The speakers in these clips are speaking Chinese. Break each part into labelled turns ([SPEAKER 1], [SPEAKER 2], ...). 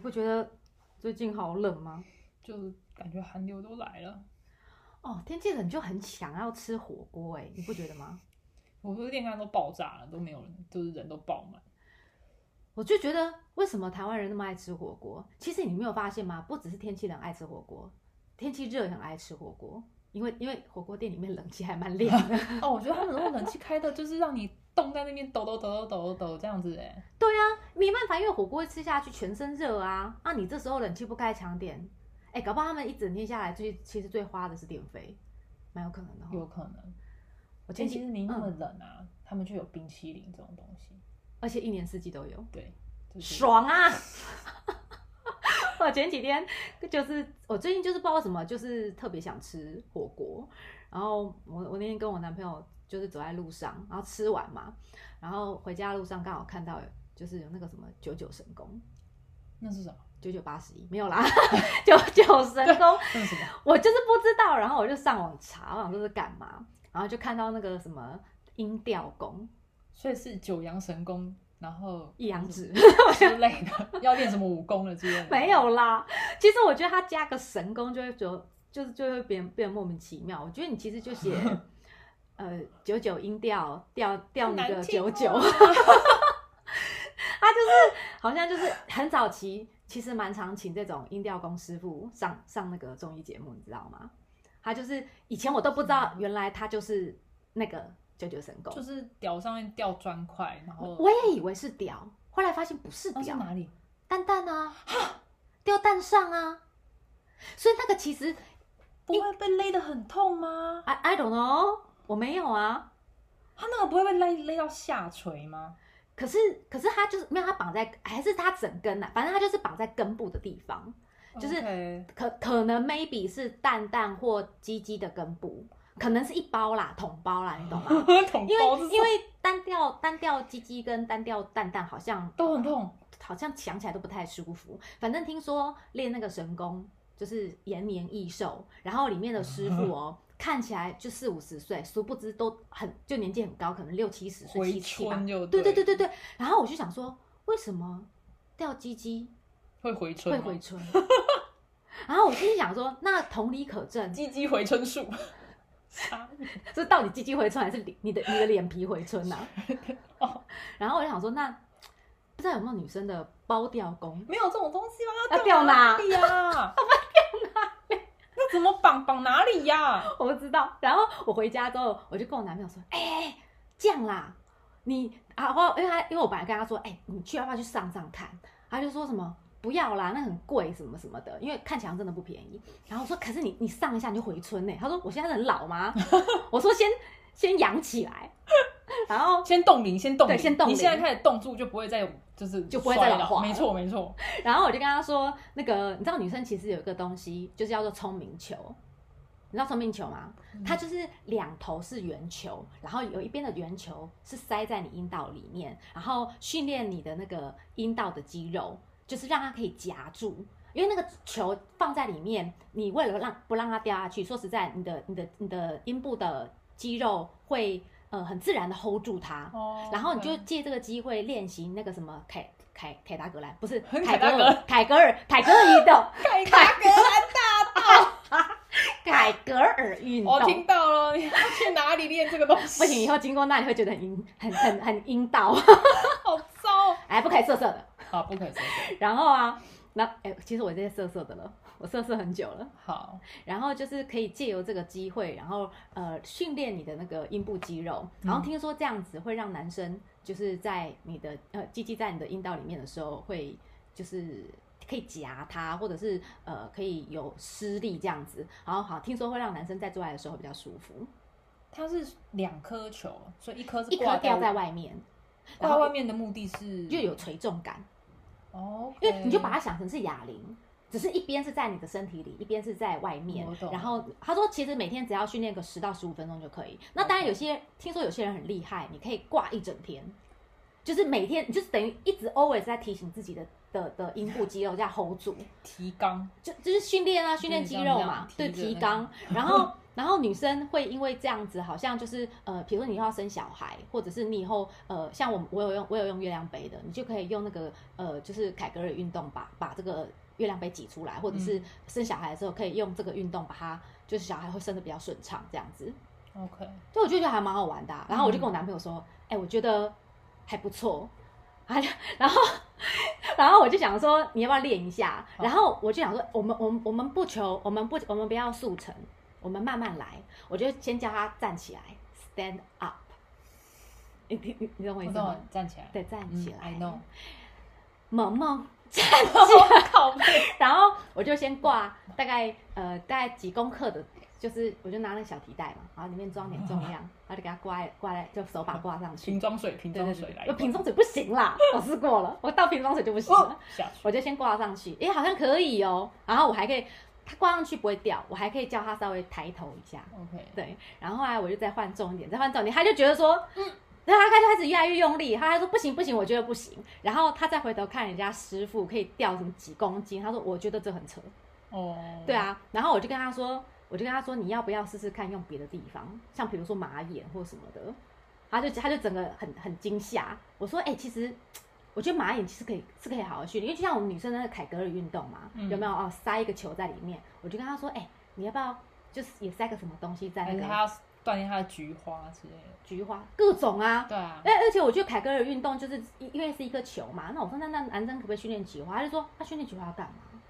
[SPEAKER 1] 不觉得最近好冷吗？
[SPEAKER 2] 就感觉寒流都来了。
[SPEAKER 1] 哦，天气冷就很想要吃火锅，哎，你不觉得吗？
[SPEAKER 2] 火锅店刚都爆炸了，都没有人，就是人都爆满。
[SPEAKER 1] 我就觉得为什么台湾人那么爱吃火锅？其实你没有发现吗？不只是天气冷爱吃火锅，天气热也很爱吃火锅，因为因为火锅店里面冷气还蛮凉的。
[SPEAKER 2] 哦，我觉得他们如果冷气开的，就是让你冻在那边抖抖抖抖抖抖这样子哎。
[SPEAKER 1] 对啊，没办法，因为火锅吃下去全身热啊。啊，你这时候冷气不开强点，哎，搞不好他们一整天下来最其实最花的是电费，蛮有可能的、哦。
[SPEAKER 2] 有可能。
[SPEAKER 1] 我
[SPEAKER 2] 前
[SPEAKER 1] 前
[SPEAKER 2] 其
[SPEAKER 1] 几嗯
[SPEAKER 2] 实没那么冷啊，他们就有冰淇淋这种东西。
[SPEAKER 1] 而且一年四季都有，
[SPEAKER 2] 对，就是、
[SPEAKER 1] 爽啊！ 我前几天就是我最近就是不知道为什么，就是特别想吃火锅。然后我我那天跟我男朋友就是走在路上，然后吃完嘛，然后回家路上刚好看到有就是有那个什么九九神功，
[SPEAKER 2] 那是什么？
[SPEAKER 1] 九九八十一 没有啦，九九神功，
[SPEAKER 2] 那是什么？
[SPEAKER 1] 我就是不知道，然后我就上网查，我想这是干嘛，然后就看到那个什么音调功、
[SPEAKER 2] 所以是九阳神功，然后
[SPEAKER 1] 一阳指，
[SPEAKER 2] 之类的，要练什么武功了之类的。
[SPEAKER 1] 没有啦。其实我觉得他加个神功就会觉得，就是就会变变得莫名其妙。我觉得你其实就 写呃九九音调调调那个九九，
[SPEAKER 2] 好
[SPEAKER 1] 他
[SPEAKER 2] 难啊哦
[SPEAKER 1] 就是好像就是很早期，其实蛮常请这种音调工师傅上上那个综艺节目，你知道吗？他就是以前我都不知道，原来他就是那个九九神功，
[SPEAKER 2] 就是屌上面掉砖块，然后
[SPEAKER 1] 我也以为是屌，后来发现不是
[SPEAKER 2] 那哦是
[SPEAKER 1] 屌，
[SPEAKER 2] 哪里？
[SPEAKER 1] 蛋蛋啊，掉蛋上啊，所以那个其实
[SPEAKER 2] 不会被勒得很痛吗？
[SPEAKER 1] I I don't know，我没有啊。
[SPEAKER 2] 他那个不会被勒勒到下垂吗？
[SPEAKER 1] 可是可是他就是没有他绑在，还是他整根呐、啊，反正他就是绑在根部的地方，就是
[SPEAKER 2] OK
[SPEAKER 1] 可可能 maybe 是蛋蛋或鸡鸡的根部，可能是一包啦，桶包啦，你懂 吗？
[SPEAKER 2] 捅
[SPEAKER 1] 因
[SPEAKER 2] 包是
[SPEAKER 1] 为
[SPEAKER 2] 什么
[SPEAKER 1] 因为单调单调鸡鸡跟单调蛋蛋好像
[SPEAKER 2] 都很痛，
[SPEAKER 1] 好像想起来都不太舒服。反正听说练那个神功就是延年益寿，然后里面的师
[SPEAKER 2] 嗯
[SPEAKER 1] 傅哦，看起来就四五十岁，殊不知都很就年纪很高，可能六七十岁、
[SPEAKER 2] 回
[SPEAKER 1] 七七八
[SPEAKER 2] 春。就
[SPEAKER 1] 对对
[SPEAKER 2] 对
[SPEAKER 1] 对对对。然后我就想说，为什么掉鸡鸡
[SPEAKER 2] 会回春
[SPEAKER 1] 会
[SPEAKER 2] 吗，
[SPEAKER 1] 回 春？然后我心里想说，那同理可证，
[SPEAKER 2] 鸡鸡回春术，傻眼
[SPEAKER 1] 这到底鸡鸡回春还是你你的你的脸皮回春 呐、
[SPEAKER 2] 哦，
[SPEAKER 1] 然后我就想说，那不知道有没有女生的包掉功？
[SPEAKER 2] 没有这种东 西吗？
[SPEAKER 1] 要掉哪
[SPEAKER 2] 里呀？那怎么绑绑哪里呀？
[SPEAKER 1] 我不知道。然后我回家之后，我就跟我男朋友说：“哎、这样啦，你啊，我因为他因为我本来跟他说，哎、你去要不要去上上看？他就说什么不要啦，那很贵什么什么的，因为看起来好像真的不便宜。然后我说，可是你你上一下你就回春呢、他说我现在很老吗？ 我说先先养起来， 然后
[SPEAKER 2] 先冻龄，先冻龄，
[SPEAKER 1] 对先冻龄
[SPEAKER 2] 你现在开始冻住，就不会再有，就是
[SPEAKER 1] 就不会再老
[SPEAKER 2] 衰
[SPEAKER 1] 化了
[SPEAKER 2] 没错，没错。
[SPEAKER 1] 然后我就跟他说，那个你知道女生其实有一个东西，就是叫做聪明球。你知道聪明球吗？它就是两头是圆球，然后有一边的圆球是塞在你阴道里面，然后训练你的那个阴道的肌肉，就是让它可以夹住。因为那个球放在里面，你为了让不让它掉下去，说实在，你的你的你的阴部的肌肉会呃很自然的 hold 住它，
[SPEAKER 2] 哦
[SPEAKER 1] 然后你就
[SPEAKER 2] 对
[SPEAKER 1] 借这个机会练习那个什么凯凯凯达格兰，不是
[SPEAKER 2] 凯
[SPEAKER 1] 凯
[SPEAKER 2] 达
[SPEAKER 1] 格
[SPEAKER 2] 格
[SPEAKER 1] 尔，凯格尔，凯格尔运动，
[SPEAKER 2] 凯达格兰
[SPEAKER 1] 凯格尔运
[SPEAKER 2] 我听
[SPEAKER 1] 动。
[SPEAKER 2] 到了，你要去哪里练这个东西？
[SPEAKER 1] 不行，以后经过那里会觉得很阴，很很很阴道，
[SPEAKER 2] 好糟
[SPEAKER 1] 哎，不可以色色的。
[SPEAKER 2] 啊！不可以这样。
[SPEAKER 1] 然后啊，那哎，其实我这些色色的了，我色色很久了。
[SPEAKER 2] 好，
[SPEAKER 1] 然后就是可以借由这个机会，然后呃训练你的那个阴部肌肉。然
[SPEAKER 2] 嗯
[SPEAKER 1] 后听说这样子会让男生就是在你的呃鸡鸡在你的阴道里面的时候，会就是可以夹它，或者是呃可以有施力这样子。然后好，听说会让男生在做爱的时候会比较舒服，
[SPEAKER 2] 它是两颗球，所以一颗是
[SPEAKER 1] 一
[SPEAKER 2] 呃挂
[SPEAKER 1] 颗掉在外面，然
[SPEAKER 2] 挂
[SPEAKER 1] 后
[SPEAKER 2] 外面的目的是
[SPEAKER 1] 就有垂重感，
[SPEAKER 2] 哦，
[SPEAKER 1] 因为你就把它想成是哑铃。只是一边是在你的身体里，一边是在外面
[SPEAKER 2] 我。懂
[SPEAKER 1] 然后他说，其实每天只要训练个十到十五分钟就可以。那当然，有些听说有些人很厉害，你可以挂一整天，就是每天你就是等于一直 always 在提醒自己的的的阴部肌肉在 hold 住，
[SPEAKER 2] 提肛，
[SPEAKER 1] 就就是训练啊，训练肌肉嘛，
[SPEAKER 2] 对
[SPEAKER 1] 对，
[SPEAKER 2] 这样
[SPEAKER 1] 提
[SPEAKER 2] 这样
[SPEAKER 1] 肛。然后然后女生会因为这样子，好像就是呃，比如说你要生小孩，或者是你以后呃，像我我有用我有用月亮杯的，你就可以用那个呃，就是凯格尔运动把把这个月亮杯挤出来，或者是生小孩的时候可以用这个运动把它，就是小孩会生的比较顺畅这样子。
[SPEAKER 2] OK，
[SPEAKER 1] 对，我就觉得还蛮好玩的啊、然后我就
[SPEAKER 2] 嗯
[SPEAKER 1] 跟我男朋友说：“哎、我觉得还不错。”啊，然后， 然后我就想说，你要不要练一下？
[SPEAKER 2] 好
[SPEAKER 1] 然后我就想说，我们我们我们不求，我们不我们不要速成，我们慢慢来。我就先叫他站起来，stand up。你你你你懂我意
[SPEAKER 2] 我
[SPEAKER 1] 思吗
[SPEAKER 2] 懂？，站起来。
[SPEAKER 1] 对，站
[SPEAKER 2] 嗯
[SPEAKER 1] 起来。
[SPEAKER 2] ，I know。
[SPEAKER 1] 萌萌，
[SPEAKER 2] 靠背，
[SPEAKER 1] 然后我就先挂大概呃大概几公克的，就是我就拿那个小提袋嘛，然后里面装点重量，然后就给它挂在挂在就手把挂上去。
[SPEAKER 2] 瓶装水，瓶
[SPEAKER 1] 对对
[SPEAKER 2] 装
[SPEAKER 1] 对
[SPEAKER 2] 水来一
[SPEAKER 1] 我
[SPEAKER 2] 罐。
[SPEAKER 1] 瓶装水不行啦，我试过了，我倒瓶装水就不行了
[SPEAKER 2] 哦，，下去。
[SPEAKER 1] 我就先挂上去，诶、好像可以哦、然后我还可以，它挂上去不会掉，我还可以叫它稍微抬头一下，
[SPEAKER 2] OK，
[SPEAKER 1] 对。然后后来我就再换重一点，再换重一点，他就觉得说，嗯，然后他就开始越来越用力，他还说不行不行，我觉得不行。然后他再回头看人家师傅可以掉什么几公斤，他说我觉得这很扯，
[SPEAKER 2] 哦，
[SPEAKER 1] 对，啊。然后我就跟他说，我就跟他说你要不要试试看用别的地方，像比如说马眼或什么的。他就他就整个很很惊吓。我说，哎、其实我觉得马眼其实可以是可以好好训练，因为就像我们女生那个凯格尔运动嘛，
[SPEAKER 2] 嗯
[SPEAKER 1] 有没有哦？塞一个球在里面，我就跟他说，哎、你要不要就是也塞个什么东西在
[SPEAKER 2] 还
[SPEAKER 1] 那
[SPEAKER 2] 是
[SPEAKER 1] 个
[SPEAKER 2] 他要锻炼他的菊花之类的。
[SPEAKER 1] 菊花各种啊。
[SPEAKER 2] 对啊
[SPEAKER 1] 而，而且我觉得凯格尔运动就是因因为是一颗球嘛，那我说那那男生可不可以训练菊花？他就说他训练菊花要干嘛？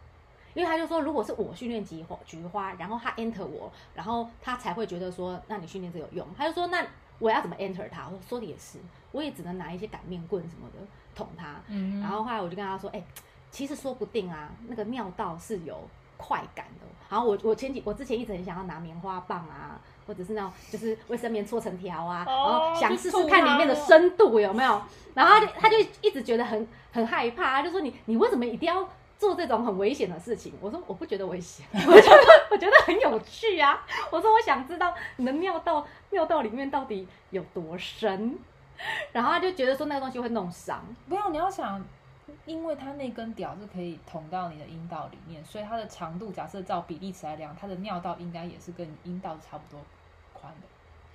[SPEAKER 1] 因为他就说如果是我训练菊花菊花，然后他 enter 我，然后他才会觉得说那你训练这有用。他就说那我要怎么 enter 他？我说说的也是，我也只能拿一些擀面棍什么的捅他。
[SPEAKER 2] 嗯，
[SPEAKER 1] 然后后来我就跟他说，哎、其实说不定啊，那个尿道是有快感的。然后我我前几我之前一直很想要拿棉花棒啊，或者是那种就是卫生棉搓成条啊，
[SPEAKER 2] 哦
[SPEAKER 1] 然后想
[SPEAKER 2] 去
[SPEAKER 1] 试试
[SPEAKER 2] 吐
[SPEAKER 1] 看
[SPEAKER 2] 它
[SPEAKER 1] 里面的
[SPEAKER 2] 哦
[SPEAKER 1] 深度有没有。然后他就他就一直觉得很很害怕，他就说你你为什么一定要？做这种很危险的事情，我说我不觉得危险， 我觉得我觉得很有趣啊。我说我想知道你的尿道尿道里面到底有多深， 然后他就觉得说那个东西会弄伤，
[SPEAKER 2] 不要，你要想，因为它那根屌是可以捅到你的阴道里面，所以它的长度假设照比例尺来量，它的尿道应该也是跟阴道差不多宽的。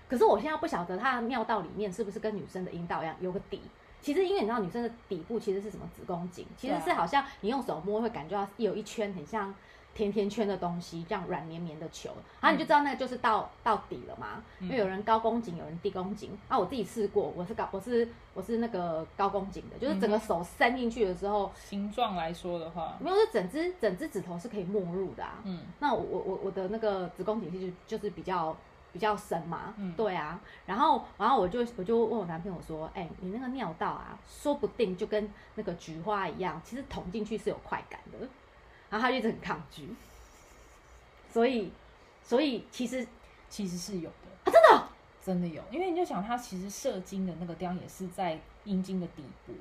[SPEAKER 1] 可是我现在不晓得它的尿道里面是不是跟女生的阴道一样有个底。其实因为你知道女生的底部其实是什么子宫颈，其实是
[SPEAKER 2] 对啊
[SPEAKER 1] 好像你用手摸会感觉到有一圈很像甜甜圈的东西，这样软绵绵的球，然后你就知道那个就是到到底了嘛。
[SPEAKER 2] 嗯
[SPEAKER 1] 因为有人高宫颈，有人低宫颈啊。我自己试过，我是高我是我是那个高宫颈的，就是整个
[SPEAKER 2] 嗯
[SPEAKER 1] 手伸进去的时候，
[SPEAKER 2] 形状来说的话，
[SPEAKER 1] 没有，是整只整只指头是可以没入的啊。
[SPEAKER 2] 嗯，
[SPEAKER 1] 那我我我我的那个子宫颈是就就是比较比较深嘛，
[SPEAKER 2] 嗯
[SPEAKER 1] 对啊，然后然后我就我就问我男朋友说，哎、你那个尿道啊，说不定就跟那个菊花一样，其实捅进去是有快感的，然后他就一直很抗拒，所以所以其实
[SPEAKER 2] 其实是有的。
[SPEAKER 1] 啊真的哦
[SPEAKER 2] 真的有，因为你就想它其实射精的那个地方也是在阴茎的底部，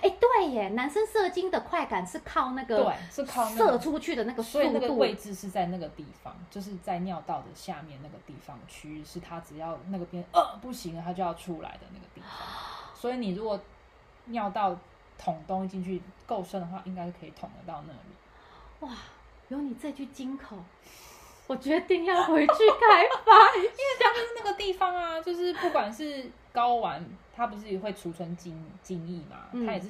[SPEAKER 1] 哎、对耶，男生射精的快感是靠那个
[SPEAKER 2] 对，是靠那
[SPEAKER 1] 射
[SPEAKER 2] 个，
[SPEAKER 1] 出去的那个速
[SPEAKER 2] 所以那个
[SPEAKER 1] 度
[SPEAKER 2] 位置是在那个地方，就是在尿道的下面那个地方区域，是它只要那个边呃不行了，它就要出来的那个地方。所以你如果尿道捅东西进去够深的话，应该是可以捅得到那里。
[SPEAKER 1] 哇，有你这句金口，我决定要回去开发一下。
[SPEAKER 2] 就是那个地方啊，就是不管是睾丸，它不是也会储存精精液嘛，
[SPEAKER 1] 嗯
[SPEAKER 2] 它也是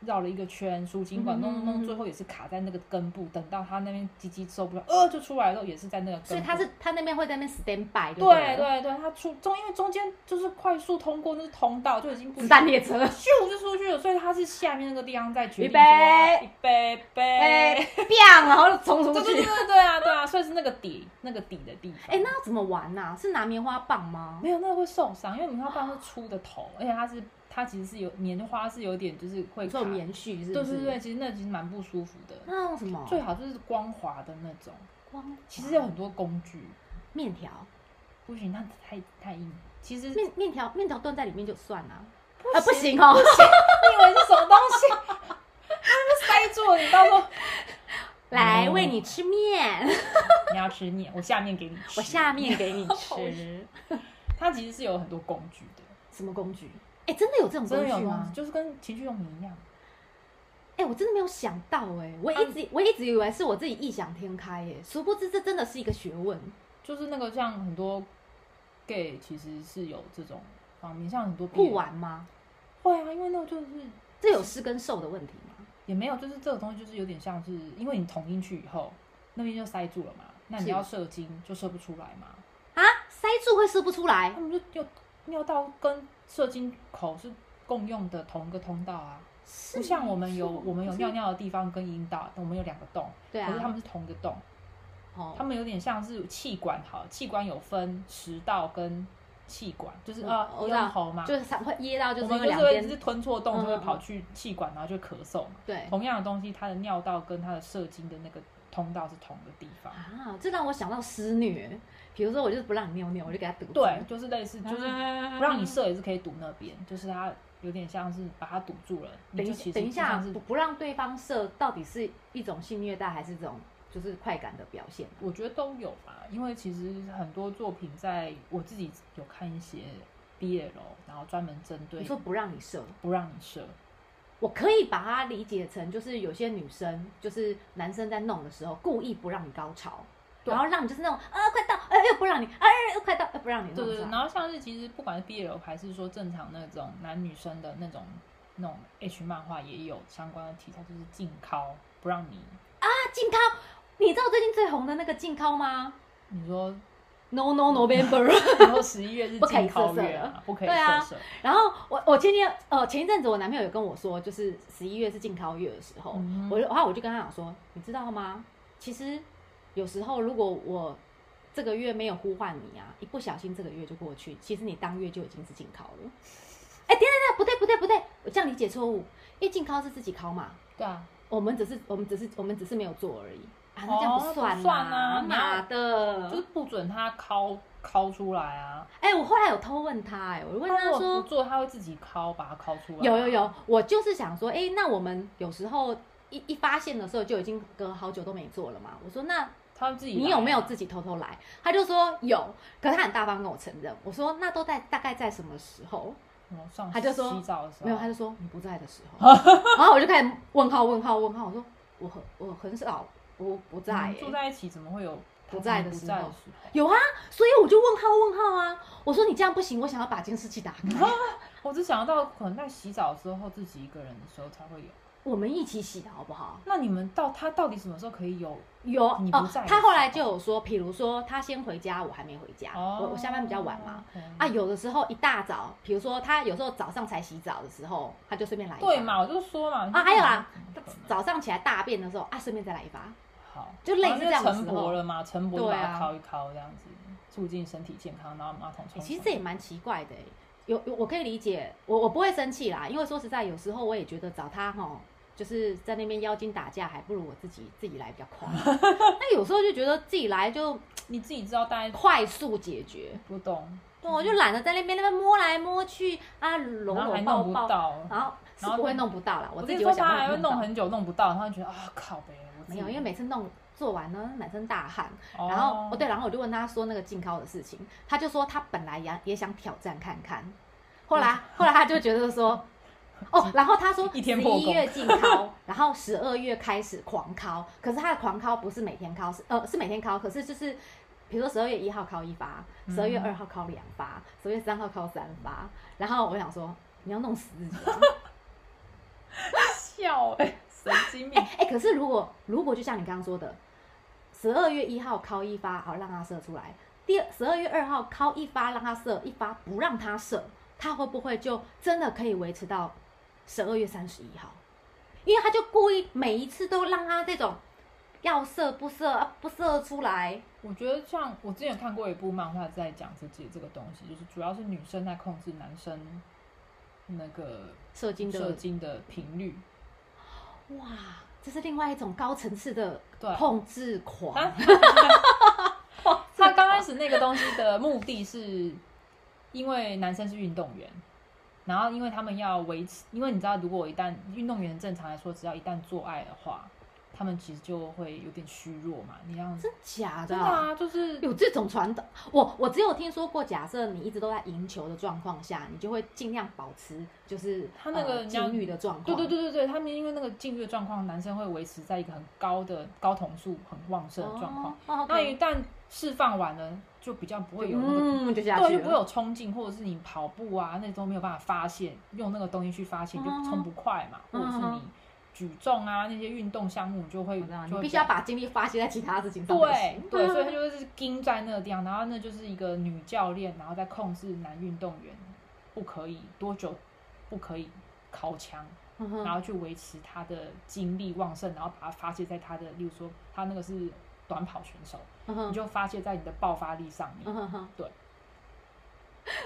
[SPEAKER 2] 绕了一个圈，输精管
[SPEAKER 1] 嗯
[SPEAKER 2] 弄弄
[SPEAKER 1] 嗯嗯嗯
[SPEAKER 2] 弄，最后也是卡在那个根部，等到它那边鸡鸡受不了，呃，就出来了，也是在那个根部。
[SPEAKER 1] 所以他是他那边会在那边 stand by，就
[SPEAKER 2] 对
[SPEAKER 1] 对了，
[SPEAKER 2] 对对，它出中因为中间就是快速通过那个通道就已经不
[SPEAKER 1] 子弹列车。
[SPEAKER 2] 咻就出去了，所以它是下面那个地方在
[SPEAKER 1] 预
[SPEAKER 2] 决定
[SPEAKER 1] 备
[SPEAKER 2] 说预备
[SPEAKER 1] 哎、
[SPEAKER 2] 备，
[SPEAKER 1] 砰！然后就冲
[SPEAKER 2] 对
[SPEAKER 1] 出
[SPEAKER 2] 对对
[SPEAKER 1] 去。
[SPEAKER 2] 对对啊对啊，所以是那个底那个底的地方。
[SPEAKER 1] 哎、那要怎么玩呐、是拿棉花棒吗？
[SPEAKER 2] 没有，那个会受伤，因为棉花棒是粗的头，而且它是它其实是有棉花是有点就是会
[SPEAKER 1] 你
[SPEAKER 2] 卡
[SPEAKER 1] 说有，棉絮是
[SPEAKER 2] 对
[SPEAKER 1] 不是？哦
[SPEAKER 2] 对对，。其实那其实蛮不舒服的，
[SPEAKER 1] 那用什么？
[SPEAKER 2] 最好就是光滑的那种。
[SPEAKER 1] 光。
[SPEAKER 2] 其实有很多工具，
[SPEAKER 1] 面条，
[SPEAKER 2] 不行，它太太硬。其实
[SPEAKER 1] 面面条面条炖在里面就算了、啊。
[SPEAKER 2] 不
[SPEAKER 1] 啊，不行 哦！
[SPEAKER 2] 你以为是什么东西？ 它是塞住了，你到时候
[SPEAKER 1] 来
[SPEAKER 2] 哦
[SPEAKER 1] 喂你吃面，
[SPEAKER 2] 你要吃面，我下面给你 吃。
[SPEAKER 1] 我下面给 你
[SPEAKER 2] 好
[SPEAKER 1] 吃。
[SPEAKER 2] 它其实是有很多工具的，
[SPEAKER 1] 什么工具？哎、真的有这种
[SPEAKER 2] 真
[SPEAKER 1] 工
[SPEAKER 2] 的有
[SPEAKER 1] 具
[SPEAKER 2] 工具，
[SPEAKER 1] 吗？
[SPEAKER 2] 就是跟情趣用品一样。
[SPEAKER 1] 哎、我真的没有想嗯到哎、我一直、我一直以为是我自己异想天开哎、殊不知这真的是一个学问。
[SPEAKER 2] 就是那个像很多 gay 其实是有这种方面，像很多
[SPEAKER 1] 不玩吗？
[SPEAKER 2] 会啊，因为那个就是
[SPEAKER 1] 这有吃跟瘦的问题吗？
[SPEAKER 2] 也没有，就是这个东西就是有点像是，因为你捅进去以后，那边就塞住了嘛，那你
[SPEAKER 1] 是
[SPEAKER 2] 要射精就射不出来嘛，
[SPEAKER 1] 啊，塞住会射不出来
[SPEAKER 2] 他们就尿尿道跟射精口是共用的同一个通道啊，
[SPEAKER 1] 是
[SPEAKER 2] 不像我们有
[SPEAKER 1] 没错
[SPEAKER 2] 我们有
[SPEAKER 1] 可是
[SPEAKER 2] 尿尿的地方跟阴道，我们有两个洞，
[SPEAKER 1] 对
[SPEAKER 2] 可是他
[SPEAKER 1] 啊，
[SPEAKER 2] 们是同一个洞，
[SPEAKER 1] 哦
[SPEAKER 2] 他们有点像是气管好，气管有分食道跟气管，就是
[SPEAKER 1] 嗯
[SPEAKER 2] 啊
[SPEAKER 1] 我知道
[SPEAKER 2] 咽喉嘛，
[SPEAKER 1] 就是会噎到，就是
[SPEAKER 2] 我
[SPEAKER 1] 因为
[SPEAKER 2] 们就
[SPEAKER 1] 两
[SPEAKER 2] 是会一直
[SPEAKER 1] 边
[SPEAKER 2] 吞错洞，就会
[SPEAKER 1] 嗯嗯嗯
[SPEAKER 2] 跑去气管，然后就咳嗽嘛。
[SPEAKER 1] 对
[SPEAKER 2] 同样的东西，它的尿道跟它的射精的那个通道是同一个地方。
[SPEAKER 1] 啊，这让我想到施虐，比如说我就是不让你尿尿，我就给他堵住，啊
[SPEAKER 2] 对，就是类似，就是
[SPEAKER 1] 不
[SPEAKER 2] 不让你射也是可以堵那边，就是它有点像是把它堵住了。你
[SPEAKER 1] 等一
[SPEAKER 2] 就
[SPEAKER 1] 下，
[SPEAKER 2] 其实
[SPEAKER 1] 等一
[SPEAKER 2] 就像
[SPEAKER 1] 下
[SPEAKER 2] 是，
[SPEAKER 1] 不不让对方射，到底是一种性虐待，还是这种就是快感的表现？
[SPEAKER 2] 我觉得都有吧，因为其实很多作品在我自己有看一些 BL，然后专门针对
[SPEAKER 1] 你说不让你射，
[SPEAKER 2] 不让你射，
[SPEAKER 1] 我可以把它理解成就是有些女生就是男生在弄的时候故意不让你高潮，
[SPEAKER 2] 对
[SPEAKER 1] 然后让你就是那种啊快到，哎、又不让你，哎、又快到，又不让你
[SPEAKER 2] 对
[SPEAKER 1] 弄
[SPEAKER 2] 对，
[SPEAKER 1] 出
[SPEAKER 2] 对
[SPEAKER 1] 来
[SPEAKER 2] 然后像是其实不管是 BL 还是说正常那种男女生的那种那种 H 漫画，也有相关的题材，就是禁靠，不让你
[SPEAKER 1] 啊禁靠，你知道最近最红的那个禁靠吗
[SPEAKER 2] 你说
[SPEAKER 1] ？No No November。
[SPEAKER 2] 然后十一月 是
[SPEAKER 1] 不可以
[SPEAKER 2] 禁靠
[SPEAKER 1] 色色
[SPEAKER 2] 月啊，不可以
[SPEAKER 1] 对啊
[SPEAKER 2] 色色。
[SPEAKER 1] 然后我我前天呃前一阵子我男朋友有跟我说，就是十一月是禁靠月的时候，
[SPEAKER 2] 嗯
[SPEAKER 1] 我就然后我就跟他讲说，你知道吗？其实有时候如果我这个月没有呼唤你啊，一不小心这个月就过去，其实你当月就已经是禁靠了。哎，等一下等一下，不对不对不对，我这样理解错误，因为禁靠是自己考嘛，
[SPEAKER 2] 对啊，
[SPEAKER 1] 我们只是我们只是我们只是没有做而已啊，那这样
[SPEAKER 2] 哦
[SPEAKER 1] 不算
[SPEAKER 2] 不
[SPEAKER 1] 啦
[SPEAKER 2] 算啊
[SPEAKER 1] 妈
[SPEAKER 2] 就
[SPEAKER 1] 的
[SPEAKER 2] 是！不准他靠靠出来啊。
[SPEAKER 1] 哎，我后来有偷问他，哎，我问
[SPEAKER 2] 他
[SPEAKER 1] 他
[SPEAKER 2] 如
[SPEAKER 1] 说
[SPEAKER 2] 果不做，他会自己靠把它靠出来啊。
[SPEAKER 1] 有有有，我就是想说，哎、那我们有时候一一发现的时候就已经隔好久都没做了嘛。我说，那
[SPEAKER 2] 他会自己来啊。
[SPEAKER 1] 你有没有自己偷偷来？他就说有，可是他很大方跟我承认。我说，那都在大概在什么时候？
[SPEAKER 2] 哦上
[SPEAKER 1] 他就说
[SPEAKER 2] 洗澡的时候嗯
[SPEAKER 1] 没有，他就说你不在的时 候。然后我就开始问号问号问号，我说我很我很少我不在、
[SPEAKER 2] 你们
[SPEAKER 1] 欸，
[SPEAKER 2] 嗯住在一起怎么会有嗯
[SPEAKER 1] 不在的
[SPEAKER 2] 不
[SPEAKER 1] 时
[SPEAKER 2] 在的
[SPEAKER 1] 候
[SPEAKER 2] 时候？
[SPEAKER 1] 有啊，所以我就问号问号啊。我说你这样不行，我想要把监视器打开。
[SPEAKER 2] 我只想到可能在洗澡之后自己一个人的时候才会有。
[SPEAKER 1] 我们一起洗的好不好？
[SPEAKER 2] 那你们到他到底什么时候可以有？
[SPEAKER 1] 有
[SPEAKER 2] 你不
[SPEAKER 1] 哦
[SPEAKER 2] 在，的
[SPEAKER 1] 他
[SPEAKER 2] 时候哦
[SPEAKER 1] 后来就有说，比如说他先回家，我还没回家，啊我我下班比较晚嘛。
[SPEAKER 2] OK。
[SPEAKER 1] 啊，有的时候一大早，比如说他有时候早上才洗澡的时候，他就顺便来一发。
[SPEAKER 2] 啊对嘛，我就说嘛。
[SPEAKER 1] 啊还有啊
[SPEAKER 2] 怎么可能，
[SPEAKER 1] 早上起来大便的时候啊，顺便再来一发。
[SPEAKER 2] 好，
[SPEAKER 1] 就类似
[SPEAKER 2] 反正
[SPEAKER 1] 这样的
[SPEAKER 2] 晨
[SPEAKER 1] 时候
[SPEAKER 2] 勃了嘛，晨勃就
[SPEAKER 1] 对
[SPEAKER 2] 把
[SPEAKER 1] 啊
[SPEAKER 2] 它敲一敲，这样子促进身体健康，然后马桶
[SPEAKER 1] 欸
[SPEAKER 2] 冲。
[SPEAKER 1] 其实这也蛮奇怪的欸、有有我可以理解，我我不会生气啦，因为说实在，有时候我也觉得找他哈，就是在那边妖精打架，还不如我自己自己来比较 快。那有时候就觉得自己来就
[SPEAKER 2] 你自己知道，大家
[SPEAKER 1] 快速解决，
[SPEAKER 2] 不懂，
[SPEAKER 1] 对，我就懒得在那边那边摸来摸去啊，搂
[SPEAKER 2] 然后
[SPEAKER 1] 搂
[SPEAKER 2] 还
[SPEAKER 1] 抱
[SPEAKER 2] 弄不
[SPEAKER 1] 抱，
[SPEAKER 2] 到。
[SPEAKER 1] 然后是
[SPEAKER 2] 然后
[SPEAKER 1] 不会弄不到啊啦，我
[SPEAKER 2] 我
[SPEAKER 1] 自
[SPEAKER 2] 跟你
[SPEAKER 1] 己
[SPEAKER 2] 说，
[SPEAKER 1] 会想
[SPEAKER 2] 他
[SPEAKER 1] 办
[SPEAKER 2] 还
[SPEAKER 1] 法
[SPEAKER 2] 会
[SPEAKER 1] 弄
[SPEAKER 2] 弄
[SPEAKER 1] 到。
[SPEAKER 2] 很久弄不到，然后觉得啊靠呗，我自
[SPEAKER 1] 没
[SPEAKER 2] 己
[SPEAKER 1] 有，因为每次弄做完呢，满身大汗。
[SPEAKER 2] 哦
[SPEAKER 1] 然后哦对，然后我就问他说那个禁靠的事情，他就说他本来也也想挑战看看，后来后来他就觉得 说。哦，然后他说
[SPEAKER 2] 一
[SPEAKER 1] 十
[SPEAKER 2] 天破功
[SPEAKER 1] 一月禁 靠，然后十二月开始狂靠，可是他的狂靠不是每天靠，是呃是每天靠，可是就是比如说十二月一号靠一发，十二月
[SPEAKER 2] 嗯
[SPEAKER 1] 二号靠两发，十二月三号靠三发，然后我想说你要弄死自己吗？
[SPEAKER 2] 笑哎，神经病
[SPEAKER 1] 哎、。哎、可是如果如果就像你刚刚说的，十二月一号敲一发，好让他射出来；第二十二月二号敲一发让他射，一发不让他射，他会不会就真的可以维持到十二月三十一号？因为他就故意每一次都让他这种要射不射、啊不射出来，
[SPEAKER 2] 我觉得像我之前有看过一部漫画，在讲自己这个东西，就是主要是女生在控制男生那个
[SPEAKER 1] 射精
[SPEAKER 2] 射
[SPEAKER 1] 的
[SPEAKER 2] 精的频率，
[SPEAKER 1] 哇，这是另外一种高层次的
[SPEAKER 2] 对啊
[SPEAKER 1] 控制狂。
[SPEAKER 2] 他
[SPEAKER 1] 啊
[SPEAKER 2] 他刚开始那个东西的目的是，因为男生是运动员，然后因为他们要维持，因为你知道，如果一旦运动员正常来说，只要一旦做爱的话，他们其实就会有点虚弱嘛。你让
[SPEAKER 1] 真假的
[SPEAKER 2] 真
[SPEAKER 1] 啊？
[SPEAKER 2] 的啊，就是
[SPEAKER 1] 有这种传导，我我只有听说过，假设你一直都在赢球的状况下，你就会尽量保持就是
[SPEAKER 2] 他那个
[SPEAKER 1] 呃
[SPEAKER 2] 人家
[SPEAKER 1] 禁欲的状况。
[SPEAKER 2] 对对对对对，他们因为那个禁欲的状况，男生会维持在一个很高的睾酮素很旺盛的状况。
[SPEAKER 1] 哦，
[SPEAKER 2] 那
[SPEAKER 1] 那
[SPEAKER 2] 一旦释放完了，就比较不会有那个，
[SPEAKER 1] 嗯就下去了，
[SPEAKER 2] 对，就不会有冲劲，或者是你跑步啊那都没有办法发泄，用那个东西去发泄，你就
[SPEAKER 1] 嗯
[SPEAKER 2] 冲不快嘛，或者是
[SPEAKER 1] 嗯
[SPEAKER 2] 你举重啊那些运动项目，你就会
[SPEAKER 1] 我知道
[SPEAKER 2] 就
[SPEAKER 1] 你
[SPEAKER 2] 会
[SPEAKER 1] 必
[SPEAKER 2] 比
[SPEAKER 1] 须要
[SPEAKER 2] 较
[SPEAKER 1] 把精力发泄在其他事情上才
[SPEAKER 2] 对
[SPEAKER 1] 行。
[SPEAKER 2] 对，
[SPEAKER 1] 嗯
[SPEAKER 2] 所以他就是盯在那个地方，然后那就是一个女教练，然后再控制男运动员不可以多久，不可以靠墙，
[SPEAKER 1] 嗯哼
[SPEAKER 2] 然后去维持他的精力旺盛，然后把它发泄在他的，例如说他那个是短跑选手，
[SPEAKER 1] 嗯
[SPEAKER 2] 你
[SPEAKER 1] 哼
[SPEAKER 2] 就发泄在你的爆发力上面。
[SPEAKER 1] 嗯哼哼
[SPEAKER 2] 对，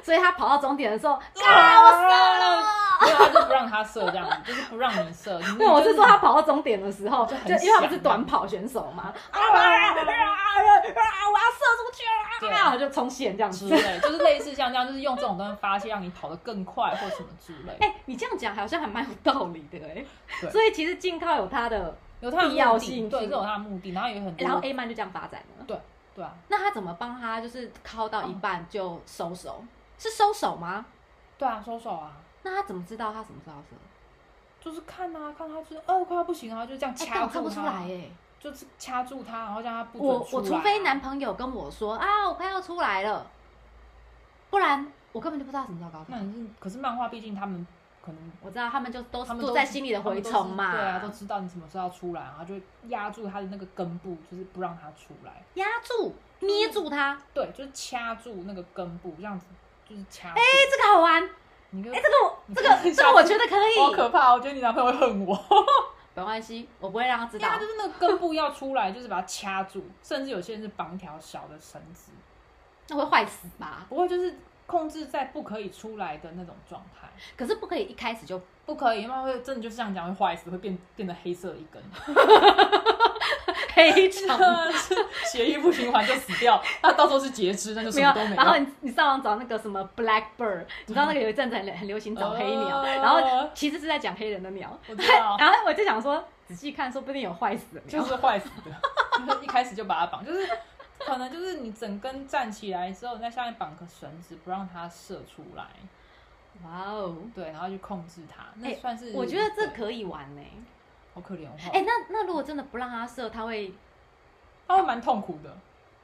[SPEAKER 1] 所以他跑到终点的时候，
[SPEAKER 2] 啊
[SPEAKER 1] 干我射了。
[SPEAKER 2] 没有，他就不让他射这样 子，就是不让你射。你
[SPEAKER 1] 对，我是说
[SPEAKER 2] 就是
[SPEAKER 1] 他跑到终点的时候，就
[SPEAKER 2] 就很
[SPEAKER 1] 因为他们
[SPEAKER 2] 想
[SPEAKER 1] 是短跑选手嘛，啊
[SPEAKER 2] 啊
[SPEAKER 1] 啊啊啊！我要射出去
[SPEAKER 2] 对
[SPEAKER 1] 了，啊，就冲线这样
[SPEAKER 2] 之
[SPEAKER 1] 子。
[SPEAKER 2] 类， 就是类似像这样，就是用这种东西发泄，让你跑得更快或什么之类。
[SPEAKER 1] 哎、你这样讲好像还蛮有道理的哎、
[SPEAKER 2] 对
[SPEAKER 1] 所以其实禁靠有它的，
[SPEAKER 2] 有他的
[SPEAKER 1] 必要
[SPEAKER 2] 目
[SPEAKER 1] 性
[SPEAKER 2] 的，对，这有他的目的，然后有很
[SPEAKER 1] 然后
[SPEAKER 2] 多，
[SPEAKER 1] A 曼就这样发展了。
[SPEAKER 2] 对啊，
[SPEAKER 1] 那他怎么帮他就是靠到一半就收手？是收手吗？
[SPEAKER 2] 对啊，收手啊，
[SPEAKER 1] 那他怎么知道他什么时候要收？
[SPEAKER 2] 就是看啊，看他就是哦，快要不行了，然后就这样
[SPEAKER 1] 哎、
[SPEAKER 2] 掐
[SPEAKER 1] 但我看
[SPEAKER 2] 住
[SPEAKER 1] 不出
[SPEAKER 2] 他，
[SPEAKER 1] 来哎、
[SPEAKER 2] 就是掐住他，然后让他不准
[SPEAKER 1] 我
[SPEAKER 2] 出
[SPEAKER 1] 我
[SPEAKER 2] 来
[SPEAKER 1] 除非
[SPEAKER 2] 啊
[SPEAKER 1] 男朋友跟我说啊，我快要出来了，不然我根本就不知道什么时候高潮
[SPEAKER 2] 那。你是，可是漫画毕竟他们可能
[SPEAKER 1] 我知道他们就都
[SPEAKER 2] 他
[SPEAKER 1] 是
[SPEAKER 2] 们
[SPEAKER 1] 都
[SPEAKER 2] 都
[SPEAKER 1] 在心里的蛔虫嘛，
[SPEAKER 2] 对啊，都知道你什么时候要出来，然后就压住他的那个根部，就是不让他出来，
[SPEAKER 1] 压住、捏住他。哎
[SPEAKER 2] 对，就是掐住那个根部，这样子就是掐住。
[SPEAKER 1] 哎、这个好玩，哎、
[SPEAKER 2] 你跟
[SPEAKER 1] 这个我
[SPEAKER 2] 你
[SPEAKER 1] 这
[SPEAKER 2] 看
[SPEAKER 1] 个
[SPEAKER 2] 一下
[SPEAKER 1] 这个我觉得可 以，
[SPEAKER 2] 好可怕，哦我觉得你男朋友会 恨我。
[SPEAKER 1] 没关系，我不会让他知
[SPEAKER 2] 对
[SPEAKER 1] 道
[SPEAKER 2] 啊，。就是那个根部要出来，就是把它掐住，甚至有些人是绑一条小的绳子，
[SPEAKER 1] 那会坏死吧？
[SPEAKER 2] 不过就是控制在不可以出来的那种状态，
[SPEAKER 1] 可是不可以一开始 就，
[SPEAKER 2] 不可以，那会真的就是这样讲会坏死，会变变得黑色的一 根。
[SPEAKER 1] 非常
[SPEAKER 2] 血液不循环就死掉，那到时候是截肢，那就什
[SPEAKER 1] 没有
[SPEAKER 2] 么都没。
[SPEAKER 1] 然后你你上网找那个什么 blackbird，你知道那个有一阵子很流很流行找黑鸟，
[SPEAKER 2] 哦
[SPEAKER 1] 然后其实是在讲黑人的鸟，
[SPEAKER 2] 我知 道，
[SPEAKER 1] 然后我就想说仔细看，说不定有坏死的
[SPEAKER 2] 就
[SPEAKER 1] 鸟。
[SPEAKER 2] 是坏死的， 就是一开始就把它绑，就是可能就是你整根站起来之后，你在下面绑个绳子，不让它射出来，
[SPEAKER 1] 哇哦，
[SPEAKER 2] 对，然后去控制它，那
[SPEAKER 1] 哎
[SPEAKER 2] 算是、
[SPEAKER 1] 我觉得这
[SPEAKER 2] 对
[SPEAKER 1] 可以玩呢、欸
[SPEAKER 2] 好可怜哦，
[SPEAKER 1] 哎、那那如果真的不让他射，他会，
[SPEAKER 2] 它会蛮痛苦的，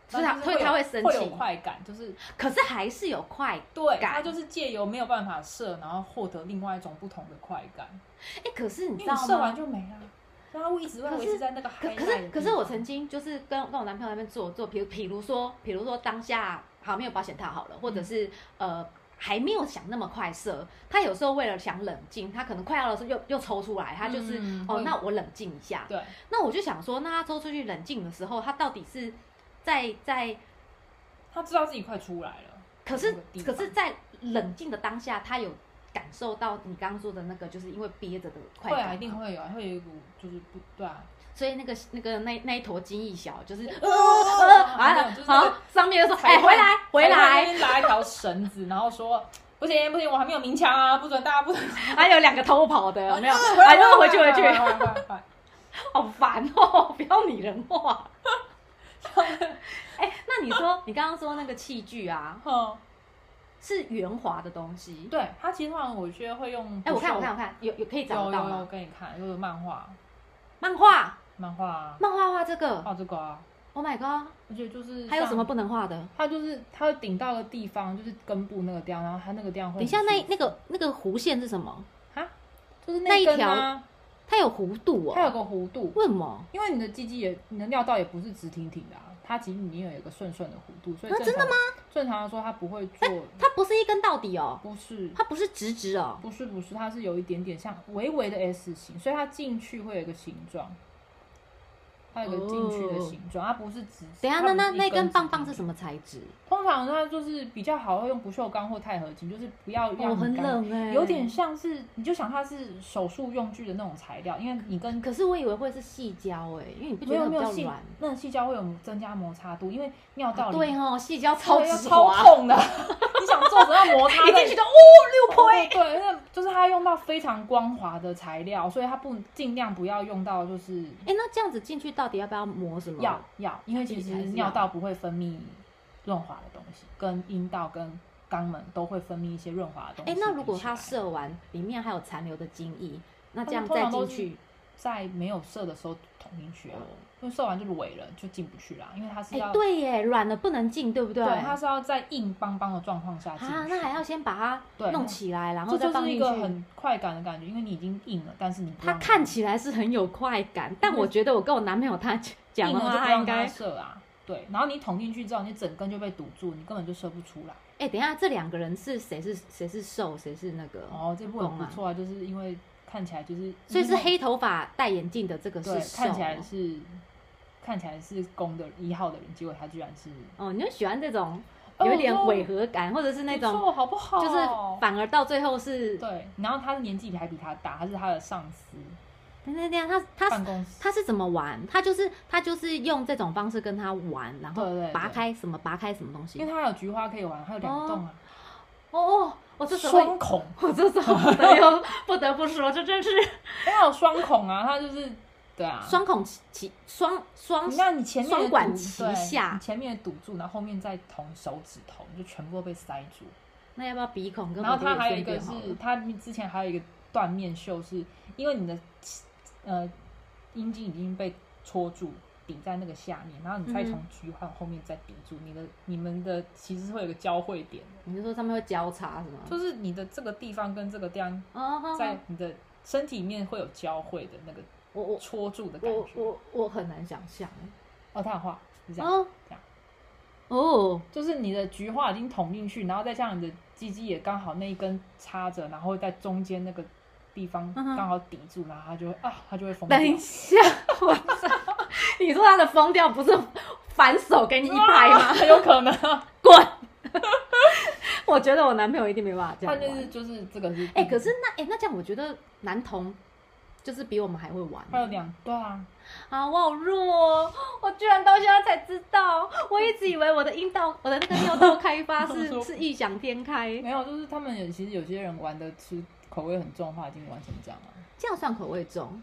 [SPEAKER 1] 所以他
[SPEAKER 2] 但
[SPEAKER 1] 所以他
[SPEAKER 2] 有
[SPEAKER 1] 会生
[SPEAKER 2] 会有
[SPEAKER 1] 气
[SPEAKER 2] 快感，就是
[SPEAKER 1] 可是还是有快。
[SPEAKER 2] 对，
[SPEAKER 1] 感
[SPEAKER 2] 它就是借由没有办法射，然后获得另外一种不同的快感，
[SPEAKER 1] 哎、可是你知
[SPEAKER 2] 因为
[SPEAKER 1] 道
[SPEAKER 2] 你射完
[SPEAKER 1] 吗？
[SPEAKER 2] 就没了。然后一直会
[SPEAKER 1] 可
[SPEAKER 2] 维
[SPEAKER 1] 是
[SPEAKER 2] 持在那个
[SPEAKER 1] 可
[SPEAKER 2] high
[SPEAKER 1] 可
[SPEAKER 2] light 的
[SPEAKER 1] 是可是我
[SPEAKER 2] 地方
[SPEAKER 1] 曾经就是跟跟我男朋友那边做做，比如比如说比如说当下好没有保险套好了，或
[SPEAKER 2] 嗯
[SPEAKER 1] 者是、呃还没有想那么快射，他有时候为了想冷静，他可能快要的时候又又抽出来，他就是、
[SPEAKER 2] 嗯
[SPEAKER 1] 哦
[SPEAKER 2] 会
[SPEAKER 1] 那我冷静一下，
[SPEAKER 2] 对，
[SPEAKER 1] 那我就想说，那他抽出去冷静的时候，他到底是在在
[SPEAKER 2] 他知道自己快出来了，
[SPEAKER 1] 可是
[SPEAKER 2] 那个地
[SPEAKER 1] 可
[SPEAKER 2] 方
[SPEAKER 1] 是在冷静的当下，他有感受到你刚刚说的那个，就是因为憋着的快
[SPEAKER 2] 会
[SPEAKER 1] 感吗，
[SPEAKER 2] 啊，一定会有啊，会有一股就是不对啊，
[SPEAKER 1] 所以那个那个那那一坨金翼小就是，呃
[SPEAKER 2] 哦
[SPEAKER 1] 啊，
[SPEAKER 2] 就是
[SPEAKER 1] 好
[SPEAKER 2] 那个
[SPEAKER 1] 上面就说，
[SPEAKER 2] 裁
[SPEAKER 1] 哎，
[SPEAKER 2] 判
[SPEAKER 1] 回来回
[SPEAKER 2] 还
[SPEAKER 1] 来，
[SPEAKER 2] 会在那边拉一条绳子，然后说不行不行，我还没有鸣枪啊，不准大家不准，
[SPEAKER 1] 还有两个偷跑的， 没有，
[SPEAKER 2] 回
[SPEAKER 1] 哎，就是回去回去，
[SPEAKER 2] 来来来 来
[SPEAKER 1] 好烦哦， 不要拟人化。 哎，那你说你刚刚说那个器具啊，
[SPEAKER 2] 嗯，
[SPEAKER 1] 是圆滑的东西？
[SPEAKER 2] 对，他其实好像我觉得会用，
[SPEAKER 1] 哎，我看我看我看，有有可以找
[SPEAKER 2] 有
[SPEAKER 1] 得到
[SPEAKER 2] 有有，
[SPEAKER 1] 吗？
[SPEAKER 2] 给你看，就是漫画，
[SPEAKER 1] 漫画
[SPEAKER 2] 漫画啊，
[SPEAKER 1] 漫画画这个
[SPEAKER 2] 画这个啊，
[SPEAKER 1] ，Oh my god，
[SPEAKER 2] 而且就是
[SPEAKER 1] 还有
[SPEAKER 2] 像
[SPEAKER 1] 什么？不能画的？
[SPEAKER 2] 它就是它会顶到的地方，就是根部那个地方，然后它那个地方会
[SPEAKER 1] 等一下，
[SPEAKER 2] 很
[SPEAKER 1] 那
[SPEAKER 2] 舒服
[SPEAKER 1] 那个那个弧线是什么？
[SPEAKER 2] 啊，就是
[SPEAKER 1] 那
[SPEAKER 2] 那
[SPEAKER 1] 一
[SPEAKER 2] 根啊，
[SPEAKER 1] 它有弧度
[SPEAKER 2] 它有
[SPEAKER 1] 哦，
[SPEAKER 2] 个弧度，
[SPEAKER 1] 为什么？
[SPEAKER 2] 因为你的鸡鸡也，你的尿道也不是直挺挺的啊，它其实你也有一个顺顺的弧度，所以
[SPEAKER 1] 啊
[SPEAKER 2] 正常、
[SPEAKER 1] 真的
[SPEAKER 2] 吗？正常来说，它不会做，
[SPEAKER 1] 它不是一根到底哦，
[SPEAKER 2] 不是，
[SPEAKER 1] 它不是直直哦。
[SPEAKER 2] 不是，不是，它是有一点点像微微的 S 型，所以它进去会有一个形状，它有一个进去的形状，它不是直。
[SPEAKER 1] 哦等一下，那那那根棒棒是
[SPEAKER 2] 么？
[SPEAKER 1] 什么材质？
[SPEAKER 2] 通常它就是比较好，会用不锈钢或钛合金，就是不要让、
[SPEAKER 1] 哦，很，冷哎、
[SPEAKER 2] 有点。像是你就想它是手术用具的那种材料，因为你跟
[SPEAKER 1] 可是我以为会是细胶哎，因为你不觉得
[SPEAKER 2] 没有
[SPEAKER 1] 它
[SPEAKER 2] 没有
[SPEAKER 1] 比较
[SPEAKER 2] 细
[SPEAKER 1] 软？
[SPEAKER 2] 那个细胶会有增加摩擦度，因为尿道
[SPEAKER 1] 啊
[SPEAKER 2] 里
[SPEAKER 1] 对哦，细胶
[SPEAKER 2] 超
[SPEAKER 1] 超直
[SPEAKER 2] 超
[SPEAKER 1] 滑，
[SPEAKER 2] 痛的， 你想做只要摩 擦
[SPEAKER 1] 一
[SPEAKER 2] 在
[SPEAKER 1] 进去就哦六
[SPEAKER 2] 对
[SPEAKER 1] 坡，
[SPEAKER 2] 对，那就是它用到非常光滑的材料，所以它不尽量不要用到就是
[SPEAKER 1] 哎，那这样子进去到底要不要磨什么？
[SPEAKER 2] 要要，因为其实
[SPEAKER 1] 还是要
[SPEAKER 2] 尿道不会分泌润滑的东西，跟阴道跟肛门都会分泌一些润滑的东西
[SPEAKER 1] 哎
[SPEAKER 2] 比起，来。
[SPEAKER 1] 那如果它射完里面还有残留的精液，那这样
[SPEAKER 2] 通
[SPEAKER 1] 再
[SPEAKER 2] 常
[SPEAKER 1] 进
[SPEAKER 2] 都
[SPEAKER 1] 去，
[SPEAKER 2] 在没有射的时候捅进去啊，因为射完就萎了，就进不去啦，因为它是
[SPEAKER 1] 哎
[SPEAKER 2] 要，
[SPEAKER 1] 对耶，软了不能进，对不对？
[SPEAKER 2] 对它是要在硬邦邦的状况下进去。
[SPEAKER 1] 啊，那还要先把它
[SPEAKER 2] 对
[SPEAKER 1] 弄起来，然后
[SPEAKER 2] 这
[SPEAKER 1] 再
[SPEAKER 2] 就
[SPEAKER 1] 放
[SPEAKER 2] 是
[SPEAKER 1] 进
[SPEAKER 2] 一
[SPEAKER 1] 去
[SPEAKER 2] 个。很快感的感觉，因为你已经硬了，但是你不
[SPEAKER 1] 他
[SPEAKER 2] 让
[SPEAKER 1] 看起来是很有快感，但我觉得我跟我男朋友他讲
[SPEAKER 2] 嗯硬
[SPEAKER 1] 的
[SPEAKER 2] 了
[SPEAKER 1] 话，
[SPEAKER 2] 就不
[SPEAKER 1] 他应
[SPEAKER 2] 让它
[SPEAKER 1] 该……
[SPEAKER 2] 射啊。对，然后你捅进去之后，你整根就被堵住，你根本就射不出来。
[SPEAKER 1] 哎，等一下，这两个人是谁是谁是瘦，谁是那个？
[SPEAKER 2] 哦，这部很不错啊，就是因为看起来就是，
[SPEAKER 1] 所以是黑头发戴眼镜的这个
[SPEAKER 2] 对
[SPEAKER 1] 是，瘦
[SPEAKER 2] 看起来
[SPEAKER 1] 哦
[SPEAKER 2] 是看起来是攻的一号的人，结果他居然是
[SPEAKER 1] 哦，你就喜欢这种
[SPEAKER 2] 哦
[SPEAKER 1] 有一点
[SPEAKER 2] 就
[SPEAKER 1] 违和感，或者是那
[SPEAKER 2] 不
[SPEAKER 1] 种
[SPEAKER 2] 哦错好不好？
[SPEAKER 1] 就是反而到最后是……
[SPEAKER 2] 对，然后他的年纪还比他大，他是他的上司，
[SPEAKER 1] 等等等一下，他他
[SPEAKER 2] 办公室
[SPEAKER 1] 他是怎么玩？他就是他就是用这种方式跟他玩，然后
[SPEAKER 2] 对对对
[SPEAKER 1] 拔开什么拔开什么东西
[SPEAKER 2] 因为。他有菊花可以玩，还有两栋啊，
[SPEAKER 1] 哦哦，我这时候
[SPEAKER 2] 双孔，
[SPEAKER 1] 我这时候不得又不得不说，这真是
[SPEAKER 2] 他有双孔啊，他就是对啊，
[SPEAKER 1] 双孔齐齐双双
[SPEAKER 2] 你看你前面
[SPEAKER 1] 双
[SPEAKER 2] 的
[SPEAKER 1] 管
[SPEAKER 2] 堵
[SPEAKER 1] 齐
[SPEAKER 2] 对
[SPEAKER 1] 下
[SPEAKER 2] 你前面的堵住，然后后面再捅手指头，你就全部都被塞住。
[SPEAKER 1] 那要不要鼻孔跟
[SPEAKER 2] 然后
[SPEAKER 1] 它
[SPEAKER 2] 它还有一个是，它之前还有一个断面秀是，因为你的呃阴茎已经被戳住，抵在那个下面，然后你再
[SPEAKER 1] 嗯
[SPEAKER 2] 从菊花后面再抵住，你的你们的其实是会有个交汇点，
[SPEAKER 1] 你是说上面会交叉是吗？
[SPEAKER 2] 就是你的这个地方跟这个地方
[SPEAKER 1] 哦，
[SPEAKER 2] 在你的身体里面会有交汇的那个
[SPEAKER 1] 我我
[SPEAKER 2] 戳住的感
[SPEAKER 1] 我
[SPEAKER 2] 觉。
[SPEAKER 1] 我我很难想象
[SPEAKER 2] 哦，他有画是这样，
[SPEAKER 1] 哦
[SPEAKER 2] 这样
[SPEAKER 1] 哦，
[SPEAKER 2] 就是你的菊花已经捅进去，然后再加上你的鸡鸡也刚好那一根插着，然后在中间那个地方
[SPEAKER 1] 嗯哼
[SPEAKER 2] 刚好抵住，然后它就会啊，它就会疯掉
[SPEAKER 1] 等。一下，我操！你说他的疯掉不是反手给你一拍吗？
[SPEAKER 2] 很 有可能啊，
[SPEAKER 1] 滚！我觉得我男朋友一定没办法 这
[SPEAKER 2] 它
[SPEAKER 1] 样
[SPEAKER 2] 就
[SPEAKER 1] 玩。
[SPEAKER 2] 是就是这个是
[SPEAKER 1] 哎、可是那哎、那这样我觉得男童就是比我们还会玩
[SPEAKER 2] 它有两对啊，
[SPEAKER 1] 啊！我好弱哦，我居然到现在才知道，我一直以为我的阴道、我的那个尿道开发
[SPEAKER 2] 我
[SPEAKER 1] 是
[SPEAKER 2] 说
[SPEAKER 1] 是异想天开，
[SPEAKER 2] 没有，就是他们有其实有些人玩的吃口味很重的话，已经玩成这样了。
[SPEAKER 1] 这样算口味重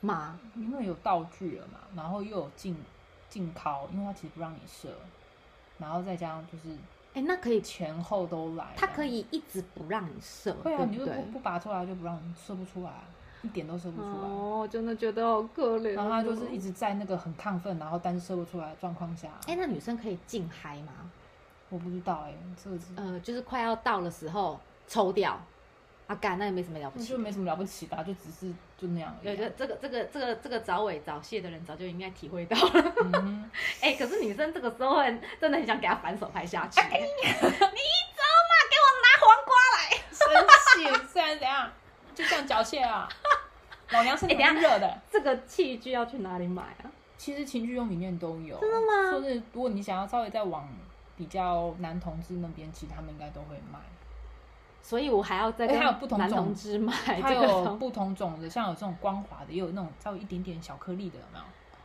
[SPEAKER 1] 吗？
[SPEAKER 2] 因为有道具了嘛，然后又有禁禁烤，因为它其实不让你射，然后再加上就是
[SPEAKER 1] 哎、那可以，
[SPEAKER 2] 前后都来，
[SPEAKER 1] 他可以一直不让你射，
[SPEAKER 2] 会啊，
[SPEAKER 1] 对
[SPEAKER 2] 你就
[SPEAKER 1] 不
[SPEAKER 2] 是
[SPEAKER 1] 对
[SPEAKER 2] 不？不拔出来就不让你射不出来啊，一点都射不出来。
[SPEAKER 1] 哦，我真的觉得好可怜哦。
[SPEAKER 2] 然后他就是一直在那个很亢奋，然后但是射不出来的状况下，
[SPEAKER 1] 哎、那女生可以静嗨吗？
[SPEAKER 2] 我不知道哎、这个是
[SPEAKER 1] 呃，就是快要到的时候抽掉，啊，干，那也没什么了不起
[SPEAKER 2] 就。没什么了不起的啊、就只是就那样而已啊。
[SPEAKER 1] 我觉得这个这个这个这个早尾早泄的人早就应该体会到了。
[SPEAKER 2] 嗯哼，
[SPEAKER 1] 哎、可是女生这个时候很真的很想给他反手拍下去。
[SPEAKER 2] 哎生气，虽然怎样，就这样缴械啊。老娘身体
[SPEAKER 1] 哎等一下
[SPEAKER 2] 是热的、
[SPEAKER 1] 这个器具要去哪里买啊？
[SPEAKER 2] 其实情趣用品店都有。
[SPEAKER 1] 真的吗
[SPEAKER 2] 说是如果你想要稍微再往比较男同志那边，其实他们应该都会卖。
[SPEAKER 1] 所以我还要再
[SPEAKER 2] 哎
[SPEAKER 1] 跟
[SPEAKER 2] 还有不同
[SPEAKER 1] 男
[SPEAKER 2] 种
[SPEAKER 1] 同志买
[SPEAKER 2] 它
[SPEAKER 1] 这个
[SPEAKER 2] 有
[SPEAKER 1] 东，
[SPEAKER 2] 不同种的，像有这种光滑的，也有那种稍微一点点小颗粒的，有没有？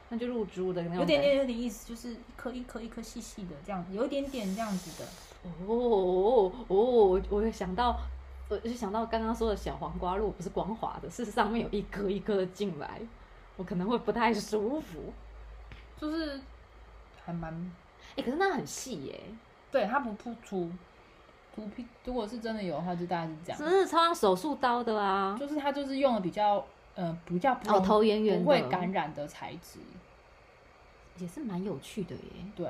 [SPEAKER 1] 那就入猪的那种。
[SPEAKER 2] 有点点有点意思，就是一颗一颗一颗细细的这样，有一点点这样子的。
[SPEAKER 1] 哦哦，我我有想到，我就想到刚刚说的小黄瓜，如果不是光滑的，是上面有一颗一颗的进来，我可能会不太舒服。
[SPEAKER 2] 就是还蛮
[SPEAKER 1] 哎、可是那很细耶、
[SPEAKER 2] 对，它不突出，图片如果是真的有的话，就大概是这
[SPEAKER 1] 真
[SPEAKER 2] 样，
[SPEAKER 1] 的超像手术刀的啊！
[SPEAKER 2] 就是它就是用的比较呃比较不
[SPEAKER 1] 哦，
[SPEAKER 2] 容
[SPEAKER 1] 头圆圆的，
[SPEAKER 2] 不会感染的材质，
[SPEAKER 1] 也是蛮有趣的耶。
[SPEAKER 2] 对，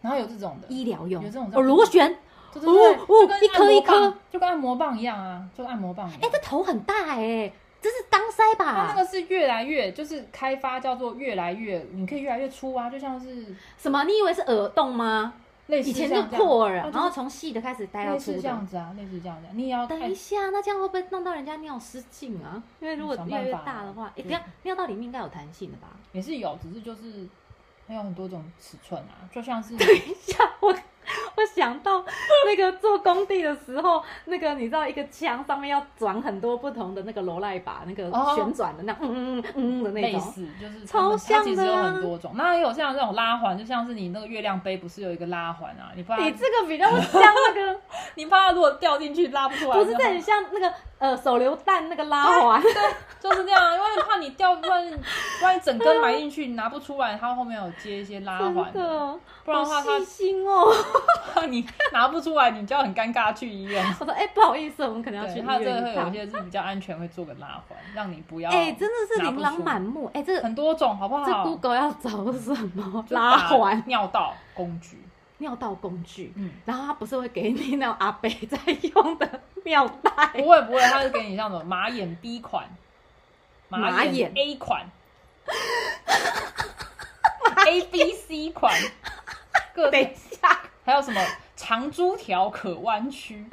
[SPEAKER 2] 然后有这种的，
[SPEAKER 1] 医疗用
[SPEAKER 2] 有这种
[SPEAKER 1] 哦，螺旋，
[SPEAKER 2] 对对对，
[SPEAKER 1] 哦
[SPEAKER 2] 就跟
[SPEAKER 1] 哦一颗
[SPEAKER 2] 按摩
[SPEAKER 1] 一颗
[SPEAKER 2] 棒，就跟按摩棒一样啊，就按摩棒一样。
[SPEAKER 1] 哎、这头很大哎，这是当塞
[SPEAKER 2] 它
[SPEAKER 1] 吧？
[SPEAKER 2] 那个是越来越，就是开发叫做越来越，你可以越来越粗啊，就像是
[SPEAKER 1] 什么？你以为是耳洞吗？
[SPEAKER 2] 类似
[SPEAKER 1] 以前
[SPEAKER 2] 像
[SPEAKER 1] 就
[SPEAKER 2] 这样
[SPEAKER 1] 扩耳，
[SPEAKER 2] 啊
[SPEAKER 1] 然
[SPEAKER 2] 就是
[SPEAKER 1] 后从细的开始待到
[SPEAKER 2] 类
[SPEAKER 1] 粗
[SPEAKER 2] 似这
[SPEAKER 1] 的
[SPEAKER 2] 样。子啊，类似这样子啊，你也要
[SPEAKER 1] 等一
[SPEAKER 2] 看
[SPEAKER 1] 下，那这样会不会弄到人家尿失禁啊？因为如果
[SPEAKER 2] 想
[SPEAKER 1] 越来越
[SPEAKER 2] 办法
[SPEAKER 1] 大的话，哎、
[SPEAKER 2] 对
[SPEAKER 1] 等一下尿道里面应该有弹性的吧？
[SPEAKER 2] 也是有，只是就是还有很多种尺寸啊，就像是
[SPEAKER 1] 等一下，我我想到那个做工地的时候，那个你知道一个枪上面要转很多不同的那个罗赖把，那个
[SPEAKER 2] 哦
[SPEAKER 1] 旋转的那嗯嗯嗯嗯的那
[SPEAKER 2] 类
[SPEAKER 1] 种，
[SPEAKER 2] 似就是
[SPEAKER 1] 超
[SPEAKER 2] 他们
[SPEAKER 1] 像
[SPEAKER 2] 它其实
[SPEAKER 1] 的
[SPEAKER 2] 有
[SPEAKER 1] 啊
[SPEAKER 2] 很多种，那也有像这种拉环，就像是你那个月亮杯不是有一个拉环啊？你怕
[SPEAKER 1] 你这个比较像那个，
[SPEAKER 2] 你怕它如果掉进去拉不出来，
[SPEAKER 1] 不是
[SPEAKER 2] 然哎
[SPEAKER 1] 这
[SPEAKER 2] 后
[SPEAKER 1] 很像那个呃手榴弹那个拉环，
[SPEAKER 2] 就是这样啊，因为怕你掉，万一万一整根埋进去你拿不出来，它后面有接一些拉环
[SPEAKER 1] 真，的，哦
[SPEAKER 2] 不然的话
[SPEAKER 1] 好
[SPEAKER 2] 它
[SPEAKER 1] 细心哦。
[SPEAKER 2] 怕 你拿不出来，你就要很尴尬去医院。
[SPEAKER 1] 我说哎、不好意思，我们可能要去
[SPEAKER 2] 对，
[SPEAKER 1] 医
[SPEAKER 2] 它这个
[SPEAKER 1] 院
[SPEAKER 2] 会
[SPEAKER 1] 一
[SPEAKER 2] 有一
[SPEAKER 1] 趟。
[SPEAKER 2] 些是比较安全，会做个拉环，让你不要
[SPEAKER 1] 哎、真的是
[SPEAKER 2] 拿不
[SPEAKER 1] 琳琅
[SPEAKER 2] 出
[SPEAKER 1] 满目，哎、这
[SPEAKER 2] 很多种，好不好？
[SPEAKER 1] 这 Google 要找什么
[SPEAKER 2] 就
[SPEAKER 1] 拉
[SPEAKER 2] 打
[SPEAKER 1] 环、
[SPEAKER 2] 尿道工具，
[SPEAKER 1] 尿道工具？
[SPEAKER 2] 嗯。
[SPEAKER 1] 然后他不是会给你那种阿伯在用的尿袋，
[SPEAKER 2] 嗯不会不会，他是给你像什么马眼 B 款、
[SPEAKER 1] 马眼
[SPEAKER 2] A 款、A B C 款，各
[SPEAKER 1] 等一下，
[SPEAKER 2] 还有什么长珠条可弯曲，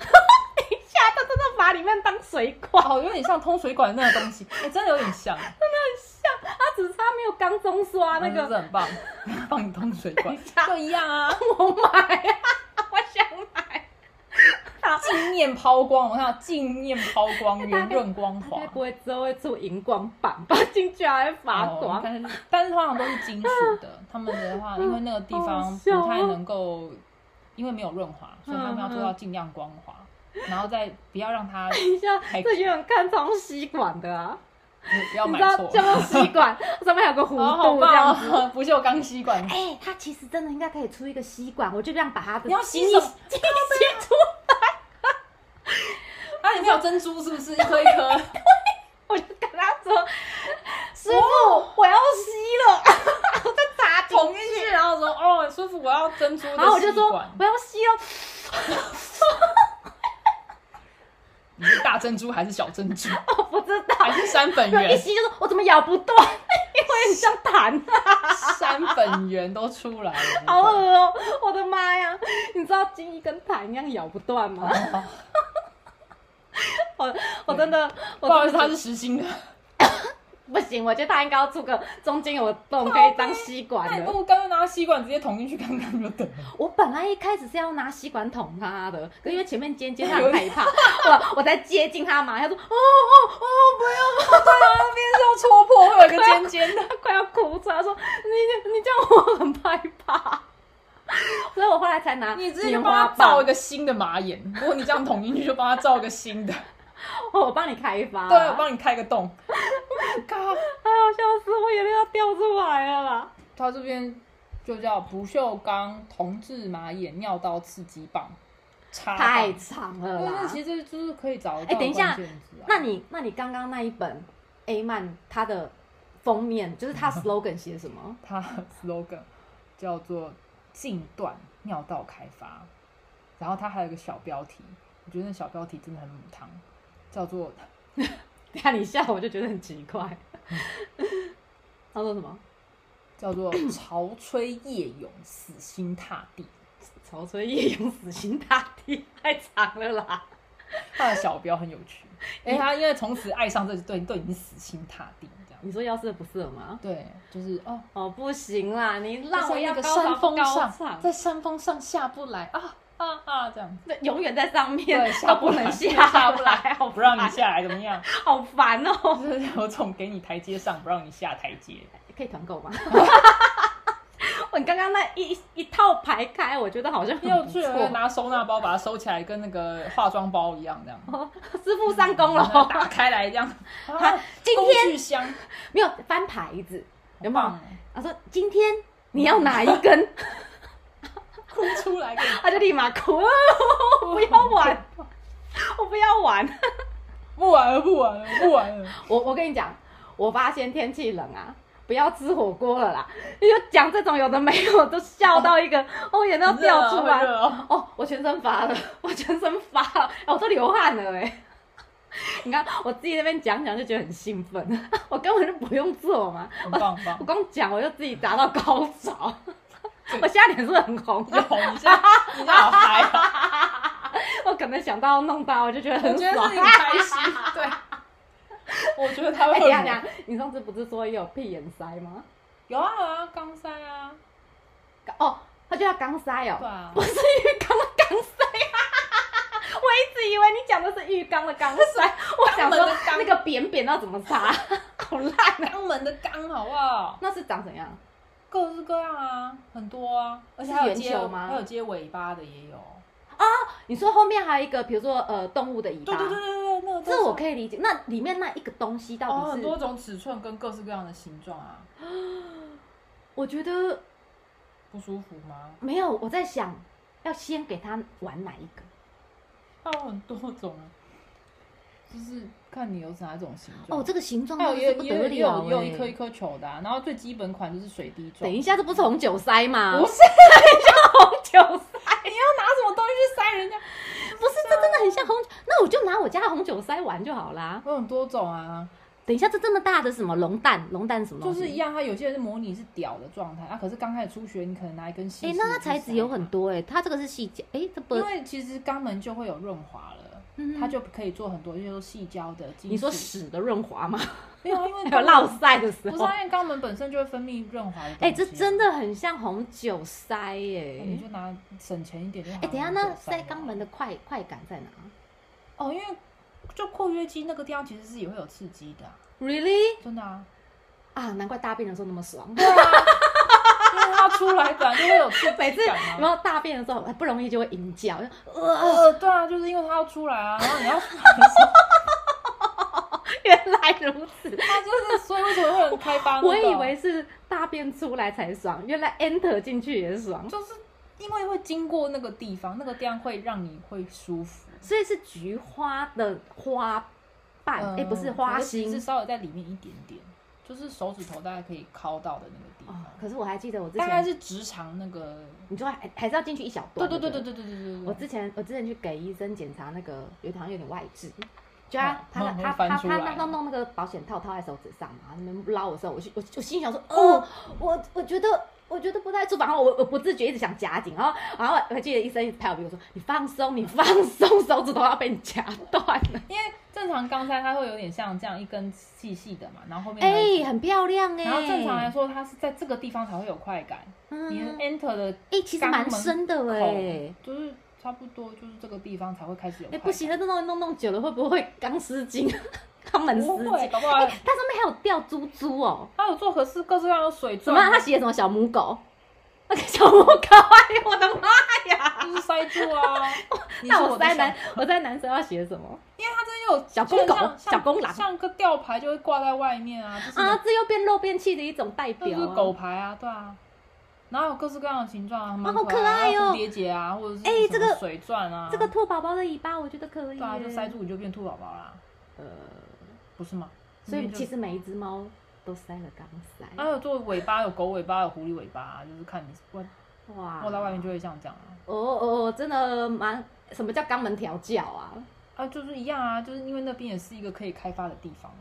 [SPEAKER 1] 他真的把里面当水管，
[SPEAKER 2] 哦，有点像通水管的那个东西，哎、真的有点像，
[SPEAKER 1] 他只差没有钢中刷那
[SPEAKER 2] 真的是
[SPEAKER 1] 个，
[SPEAKER 2] 很棒， 帮你通水 管
[SPEAKER 1] 等一下
[SPEAKER 2] 就一样啊，
[SPEAKER 1] 我买啊，我想买，
[SPEAKER 2] 镜面抛光，我看到镜面抛光，圆润光
[SPEAKER 1] 他
[SPEAKER 2] 滑
[SPEAKER 1] 该。不会之后会出荧光棒吧？进去还会发
[SPEAKER 2] 哦
[SPEAKER 1] 光，
[SPEAKER 2] 但是但是通常都是金属 的，他们的话，因为那个地方不太能够，因为没有润滑，所以他们要做到尽量光 滑，然后再不要让它
[SPEAKER 1] 等一下，
[SPEAKER 2] 还
[SPEAKER 1] 这有点看超吸管的啊，
[SPEAKER 2] 不要
[SPEAKER 1] 你
[SPEAKER 2] 买
[SPEAKER 1] 知道
[SPEAKER 2] 错。
[SPEAKER 1] 叫做吸管， 上面有个弧
[SPEAKER 2] 哦，好
[SPEAKER 1] 度这
[SPEAKER 2] 棒
[SPEAKER 1] 样子。
[SPEAKER 2] 哦！不锈钢吸管，
[SPEAKER 1] 哎、它其实真的应该可以出一个吸管，我就这样把它的
[SPEAKER 2] 你要吸
[SPEAKER 1] 精
[SPEAKER 2] 什
[SPEAKER 1] 液
[SPEAKER 2] 么
[SPEAKER 1] 精液出，
[SPEAKER 2] 啊，里面有珍珠是不是？一颗一颗。
[SPEAKER 1] 我就跟他说：“师
[SPEAKER 2] 哦
[SPEAKER 1] 傅，我要吸了。” 我在打桶，
[SPEAKER 2] 捅进去，然后说哦，很舒服，我要珍珠的吸管。
[SPEAKER 1] 然后我就说：“我要吸了。
[SPEAKER 2] 你是大珍珠还是小珍 珠，”
[SPEAKER 1] 我不知道，
[SPEAKER 2] 还是山本
[SPEAKER 1] 然后一
[SPEAKER 2] 源？
[SPEAKER 1] 吸就说：“我怎么咬不断？” 因为很像痰，
[SPEAKER 2] 山本源都出来了，
[SPEAKER 1] 好恶哦、我的妈呀！你知道金一跟痰一样咬不断吗？
[SPEAKER 2] 哦
[SPEAKER 1] 我我真的，我
[SPEAKER 2] 不好意思，
[SPEAKER 1] 真的
[SPEAKER 2] 他是实心的。
[SPEAKER 1] 不行，我觉得他应该要出个中间有洞可以当吸
[SPEAKER 2] 那
[SPEAKER 1] 管
[SPEAKER 2] 你
[SPEAKER 1] 的
[SPEAKER 2] 不。如干脆拿吸管直接捅进去看看就得了。
[SPEAKER 1] 我本来一开始是要拿吸管捅他的，可是因为前面尖尖，他很害 怕，我我在接近他嘛，他说哦哦哦，不要，
[SPEAKER 2] 对啊，那边是要戳破，会有一个尖尖的。
[SPEAKER 1] 他快要哭出来，他说你你你这样我很害怕，所以我后来才拿
[SPEAKER 2] 你直接就
[SPEAKER 1] 棉花
[SPEAKER 2] 帮他造
[SPEAKER 1] 棒
[SPEAKER 2] 一，个新的马眼，如果你这样捅进去，就帮他造一个 新的。
[SPEAKER 1] 哦我帮你开发，
[SPEAKER 2] 对，我帮你开个 洞。靠，
[SPEAKER 1] 哎呦，笑死，我眼泪要掉出来了啦，
[SPEAKER 2] 他这边就叫不锈钢铜制马眼尿道刺激棒，插棒
[SPEAKER 1] 太长了
[SPEAKER 2] 对那
[SPEAKER 1] 啦。
[SPEAKER 2] 其实就是可以找得
[SPEAKER 1] 哎
[SPEAKER 2] 到
[SPEAKER 1] 等一下
[SPEAKER 2] 关键字啊。
[SPEAKER 1] 那你那你刚刚那一本 A 漫它的封面就是 它 slogan 写什么？
[SPEAKER 2] 它的 slogan 叫做“禁断尿道开发”，然后它还有一个小标题，我觉得那小标题真的很母汤，叫做
[SPEAKER 1] 等一下你笑我就觉得很奇怪。 他说什么？
[SPEAKER 2] 叫 做“潮吹夜涌，死心塌地
[SPEAKER 1] 潮吹夜涌，死心塌地，太长了啦。”。
[SPEAKER 2] 它的小标很有 趣，哎，他因为从此爱上这对对你死心塌地这样。
[SPEAKER 1] 你说要色不色吗？
[SPEAKER 2] 对，就是哦，
[SPEAKER 1] 哦，不行啦，你让我
[SPEAKER 2] 在那
[SPEAKER 1] 要
[SPEAKER 2] 个
[SPEAKER 1] 高
[SPEAKER 2] 山
[SPEAKER 1] 潮
[SPEAKER 2] 峰
[SPEAKER 1] 高
[SPEAKER 2] 上，
[SPEAKER 1] 涨，
[SPEAKER 2] 在山峰上下不来啊啊啊！这样
[SPEAKER 1] 那永远在上面
[SPEAKER 2] 对，下
[SPEAKER 1] 它
[SPEAKER 2] 不
[SPEAKER 1] 不
[SPEAKER 2] 来
[SPEAKER 1] 能
[SPEAKER 2] 下
[SPEAKER 1] 下
[SPEAKER 2] 不
[SPEAKER 1] 来，好
[SPEAKER 2] 不让你
[SPEAKER 1] 烦，
[SPEAKER 2] 下来怎么样？
[SPEAKER 1] 好烦哦。
[SPEAKER 2] 就是有种给你台阶上，不让你下台阶。
[SPEAKER 1] 可以团购 吗？ 我你刚刚那一一一套排开，我觉得好像很
[SPEAKER 2] 很有
[SPEAKER 1] 不
[SPEAKER 2] 趣，
[SPEAKER 1] 错。
[SPEAKER 2] 我拿收纳包把它收起来，跟那个化妆包一样，这 样
[SPEAKER 1] 哦 师傅上工了
[SPEAKER 2] 然后
[SPEAKER 1] 哦，
[SPEAKER 2] 打开来这样。
[SPEAKER 1] 啊今
[SPEAKER 2] 工
[SPEAKER 1] 天
[SPEAKER 2] 具箱
[SPEAKER 1] 没有翻牌子，有没
[SPEAKER 2] 棒哦
[SPEAKER 1] 有？他说今天你要哪一 根？
[SPEAKER 2] 哭出来给 你
[SPEAKER 1] 他就立马 哭，哦我不要 玩，我不要玩。
[SPEAKER 2] 不玩了，不玩了，不玩了。
[SPEAKER 1] 我我跟你讲，我发现天气冷啊，不要吃火锅了啦。你就讲这种有的没有，都笑到 一个，哦，眼泪 要掉出
[SPEAKER 2] 很热
[SPEAKER 1] 来。
[SPEAKER 2] 哦
[SPEAKER 1] 哦，我全身发了， 我全身发了，哎我都流汗了哎、 你看我自己那边讲讲就觉得很兴奋， 我根本就不用做嘛，
[SPEAKER 2] 很棒 很棒
[SPEAKER 1] 我。光讲我就自己达到高 潮
[SPEAKER 2] 对。
[SPEAKER 1] 我现在脸是不是很红
[SPEAKER 2] 你，好，你现在你现在好嗨啊，
[SPEAKER 1] 我可能想到弄他，我就觉得
[SPEAKER 2] 我
[SPEAKER 1] 很
[SPEAKER 2] 觉得
[SPEAKER 1] 爽
[SPEAKER 2] 是。你开心，对。 我觉得他会
[SPEAKER 1] 哎，
[SPEAKER 2] 恨
[SPEAKER 1] 等一下等一
[SPEAKER 2] 我
[SPEAKER 1] 下，你上次不是说也有屁眼塞吗？
[SPEAKER 2] 有啊有啊，钢塞啊，
[SPEAKER 1] 哦，他就叫肛塞
[SPEAKER 2] 对
[SPEAKER 1] 哦，
[SPEAKER 2] 啊
[SPEAKER 1] 不，是浴缸的肛塞。 我一直以为你讲的是浴缸的肛 塞，我想
[SPEAKER 2] 肛
[SPEAKER 1] 说
[SPEAKER 2] 门的肛
[SPEAKER 1] 那个扁扁要怎么擦， 好烂啊！
[SPEAKER 2] 肛门的肛好不好？
[SPEAKER 1] 那是长怎样？
[SPEAKER 2] 各式各样啊，很多啊，而且
[SPEAKER 1] 是
[SPEAKER 2] 还有
[SPEAKER 1] 圆
[SPEAKER 2] 接
[SPEAKER 1] 球吗
[SPEAKER 2] 还有接尾巴的也有。
[SPEAKER 1] 你说后面还有一个，比如说呃动物的尾巴，
[SPEAKER 2] 对对对对对，那个都
[SPEAKER 1] 这我
[SPEAKER 2] 是
[SPEAKER 1] 可以理解。那里面那一个东西到
[SPEAKER 2] 哦，
[SPEAKER 1] 底
[SPEAKER 2] 很
[SPEAKER 1] 是？
[SPEAKER 2] 多种尺寸跟各式各样的形状啊，
[SPEAKER 1] 我觉得
[SPEAKER 2] 不舒服吗？
[SPEAKER 1] 没有，我在想要先给他玩哪一个。
[SPEAKER 2] 它有很多种啊，就是看你有哪一种形状。
[SPEAKER 1] 哦，这个形状
[SPEAKER 2] 还有
[SPEAKER 1] 真的
[SPEAKER 2] 也
[SPEAKER 1] 是不
[SPEAKER 2] 也有
[SPEAKER 1] 得
[SPEAKER 2] 也有
[SPEAKER 1] 了
[SPEAKER 2] 也有一颗一
[SPEAKER 1] 哎！
[SPEAKER 2] 颗球的、啊，然后最基本款就是水滴状。
[SPEAKER 1] 等一下，这不是红酒塞吗？ 红
[SPEAKER 2] 不是
[SPEAKER 1] 酒塞，
[SPEAKER 2] 拿什么东西去塞人家？
[SPEAKER 1] 不是，这真的很像红。那我就拿我家的红酒塞玩就好啦。
[SPEAKER 2] 有很多种啊，
[SPEAKER 1] 等一下，这真的大的是什么龙蛋，龙蛋是什么
[SPEAKER 2] 就
[SPEAKER 1] 东西？
[SPEAKER 2] 是一样。它有些人是模拟是屌的状态啊，可是刚开始初学，你可能拿一根细。
[SPEAKER 1] 哎、那它材质有很，多哎、它这个是细胶哎，这不
[SPEAKER 2] 因为其实肛门就会有润滑了。
[SPEAKER 1] 嗯
[SPEAKER 2] 它就可以做很多，就是细胶的金属。
[SPEAKER 1] 你说屎的润滑吗？
[SPEAKER 2] 没有啊，因为
[SPEAKER 1] 还有落塞的时
[SPEAKER 2] 不是
[SPEAKER 1] 候，
[SPEAKER 2] 啊，因为肛门本身就会分泌润滑的。
[SPEAKER 1] 哎、这真
[SPEAKER 2] 的，
[SPEAKER 1] 的很像红酒塞哎、
[SPEAKER 2] 你就拿省钱一点就好。
[SPEAKER 1] 哎、等一下，那塞肛
[SPEAKER 2] 的。
[SPEAKER 1] 门的快快感在哪
[SPEAKER 2] 哦，因为就括约肌那个地方其实是也会有刺激的啊、
[SPEAKER 1] ？Really
[SPEAKER 2] 真的啊。
[SPEAKER 1] 啊，难怪大便的时候那么 爽。
[SPEAKER 2] 对啊，因为它出来本来就会有刺激
[SPEAKER 1] 每次
[SPEAKER 2] 感
[SPEAKER 1] 然
[SPEAKER 2] 啊。
[SPEAKER 1] 后大便的时候，哎不容易就会淫叫，就 呃，
[SPEAKER 2] 呃，对啊，就是因为它要出 来啊，然后你要出来的时候，
[SPEAKER 1] 原来如此。
[SPEAKER 2] 它就是所以为什么会有人开发那个
[SPEAKER 1] 我以为是大便出来才爽，原来 enter 进去也爽，
[SPEAKER 2] 就是因为会经过那个地方，那个地方会让你会舒服。
[SPEAKER 1] 所以是菊花的花瓣，哎、
[SPEAKER 2] 嗯
[SPEAKER 1] 不是花
[SPEAKER 2] 我觉得只
[SPEAKER 1] 心
[SPEAKER 2] 是。稍微在里面一点点，就是手指头大概可以敲到的那个地
[SPEAKER 1] 哦
[SPEAKER 2] 方，，
[SPEAKER 1] 可是我还记得我之
[SPEAKER 2] 大概
[SPEAKER 1] 前，
[SPEAKER 2] 是直肠那个。
[SPEAKER 1] 你就还还是要进去一小段。
[SPEAKER 2] 对对对
[SPEAKER 1] 不
[SPEAKER 2] 对对对对对，
[SPEAKER 1] 我之前我之前去给医生检查那个有好像有点外痔，就他、他
[SPEAKER 2] 哦
[SPEAKER 1] 他
[SPEAKER 2] 翻
[SPEAKER 1] 他
[SPEAKER 2] 出
[SPEAKER 1] 他
[SPEAKER 2] 来
[SPEAKER 1] 他
[SPEAKER 2] 了
[SPEAKER 1] 弄弄那个保险套套在手指上嘛，那边捞我的时候，我就我我心想说，哦，我我觉得。我觉得不太舒服，然后我我不自觉一直想夹紧，然后然后我记得医生一直拍我屁股说：“你放松，你放松，手指头要被你夹断 了。
[SPEAKER 2] 因为正常钢塞它会有点像这样一根细细的嘛，然后后”面还有一
[SPEAKER 1] 哎，
[SPEAKER 2] 根
[SPEAKER 1] 很漂亮哎、
[SPEAKER 2] 然后正常来说，它是在这个地方才会有快感。你
[SPEAKER 1] 嗯，哎、
[SPEAKER 2] enter 的
[SPEAKER 1] 其实蛮深的哎、
[SPEAKER 2] 就是差不多就是这个地方才会开始有
[SPEAKER 1] 哎、
[SPEAKER 2] 快感。
[SPEAKER 1] 不行，那弄弄弄久了会不会钢丝巾、 肛门丝
[SPEAKER 2] 不
[SPEAKER 1] 巾？
[SPEAKER 2] 会，搞不
[SPEAKER 1] 哎、
[SPEAKER 2] 好
[SPEAKER 1] 它上面还有掉珠珠哦。
[SPEAKER 2] 它有做合适各式各样的水
[SPEAKER 1] 怎
[SPEAKER 2] 钻
[SPEAKER 1] 么样？
[SPEAKER 2] 啊，
[SPEAKER 1] 他写什么小母狗？那个小母狗，哎呦我的妈呀！
[SPEAKER 2] 就是塞住 啊。你是
[SPEAKER 1] 那我
[SPEAKER 2] 的
[SPEAKER 1] 猜
[SPEAKER 2] 小
[SPEAKER 1] 男，我猜男生要写什么
[SPEAKER 2] 因为它这又有
[SPEAKER 1] 小公狗
[SPEAKER 2] 像像
[SPEAKER 1] 小公狼
[SPEAKER 2] 像个吊牌就会挂在外面啊，就是
[SPEAKER 1] 啊？这又变肉变气的一种代
[SPEAKER 2] 那就
[SPEAKER 1] 表、
[SPEAKER 2] 是
[SPEAKER 1] 啊。
[SPEAKER 2] 狗牌啊，对啊。然后有各式各样的形状啊，蛮
[SPEAKER 1] 好可
[SPEAKER 2] 爱
[SPEAKER 1] 爱
[SPEAKER 2] 啊
[SPEAKER 1] 哦
[SPEAKER 2] 蝴蝶结啊，或者是
[SPEAKER 1] 哎
[SPEAKER 2] 什么
[SPEAKER 1] 这个
[SPEAKER 2] 水钻啊，
[SPEAKER 1] 这个兔宝宝的尾巴，我觉得可以。
[SPEAKER 2] 对啊，就塞。住你就变兔宝宝啦，
[SPEAKER 1] 呃，
[SPEAKER 2] 不是吗？
[SPEAKER 1] 所以
[SPEAKER 2] 你就
[SPEAKER 1] 其实每一只猫都塞了钢塞。
[SPEAKER 2] 还啊有做尾巴，有狗尾巴，有狐狸尾巴啊、就是看你我
[SPEAKER 1] 哇！
[SPEAKER 2] 我在外面就会像这样啊，
[SPEAKER 1] 哦哦哦，真的蛮什么叫肛门调教啊？
[SPEAKER 2] 啊，就是一样啊，就是因为那边也是一个可以开发的地方，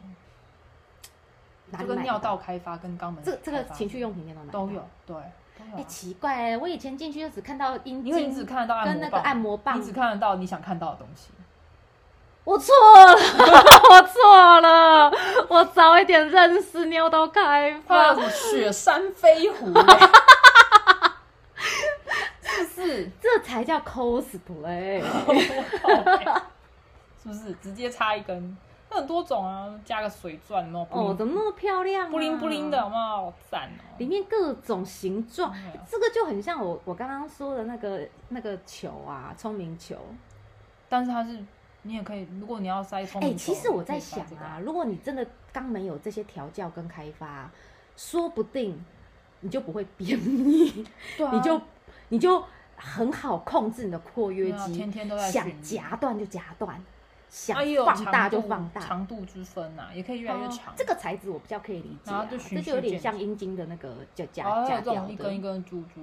[SPEAKER 1] 哪
[SPEAKER 2] 就
[SPEAKER 1] 里
[SPEAKER 2] 跟
[SPEAKER 1] 买
[SPEAKER 2] 尿
[SPEAKER 1] 的？
[SPEAKER 2] 道开发跟肛门
[SPEAKER 1] 这这个
[SPEAKER 2] 开发
[SPEAKER 1] 情趣用品店都买
[SPEAKER 2] 都有，，对，都有啊、
[SPEAKER 1] 哎、奇怪、欸，我以前进去就只看到阴
[SPEAKER 2] 因为你只
[SPEAKER 1] 茎
[SPEAKER 2] 看得到按
[SPEAKER 1] 跟
[SPEAKER 2] 摩
[SPEAKER 1] 那个
[SPEAKER 2] 棒，
[SPEAKER 1] 按摩棒
[SPEAKER 2] 你只看得到你想看到的东 西。
[SPEAKER 1] 我错了，我错了，我早一点认识尿道开
[SPEAKER 2] 还
[SPEAKER 1] 放
[SPEAKER 2] 有什，么雪山飞狐、欸，是不是？
[SPEAKER 1] 这才叫 cosplay。
[SPEAKER 2] 是不是直接插一根？那很多种啊，加个水钻，有没有？布
[SPEAKER 1] 哦，
[SPEAKER 2] 灵
[SPEAKER 1] 怎么那么漂亮、啊？
[SPEAKER 2] 布灵布灵的，嗯有，没有？好赞哦、
[SPEAKER 1] 里面各种形状
[SPEAKER 2] 真的，
[SPEAKER 1] 这个就很像我我刚刚说的那个那个球啊，聪明球。
[SPEAKER 2] 但是它是，你也可以，如果你要塞聪
[SPEAKER 1] 哎、
[SPEAKER 2] 明球
[SPEAKER 1] 其实我在
[SPEAKER 2] 你可以
[SPEAKER 1] 想
[SPEAKER 2] 塞这个
[SPEAKER 1] 啊，如果你真的肛门有这些调教跟开发，说不定你就不会便秘，
[SPEAKER 2] 对啊，
[SPEAKER 1] 你就你就很好控制你的括约
[SPEAKER 2] 对啊
[SPEAKER 1] 肌，
[SPEAKER 2] 天天都在
[SPEAKER 1] 想
[SPEAKER 2] 训练
[SPEAKER 1] 夹断就夹断，想
[SPEAKER 2] 啊也有
[SPEAKER 1] 放大
[SPEAKER 2] 长
[SPEAKER 1] 就
[SPEAKER 2] 度
[SPEAKER 1] 放大，
[SPEAKER 2] 长度之分呐、也可以越来越长。
[SPEAKER 1] 哦这个材质我比较可以理解、
[SPEAKER 2] 然
[SPEAKER 1] 啊
[SPEAKER 2] 后，就循
[SPEAKER 1] 这
[SPEAKER 2] 序
[SPEAKER 1] 就有点
[SPEAKER 2] 渐
[SPEAKER 1] 像
[SPEAKER 2] 进
[SPEAKER 1] 阴茎的那个就夹
[SPEAKER 2] 然后还
[SPEAKER 1] 夹
[SPEAKER 2] 有哦这
[SPEAKER 1] 掉
[SPEAKER 2] 种一根一
[SPEAKER 1] 的，
[SPEAKER 2] 根的珠珠，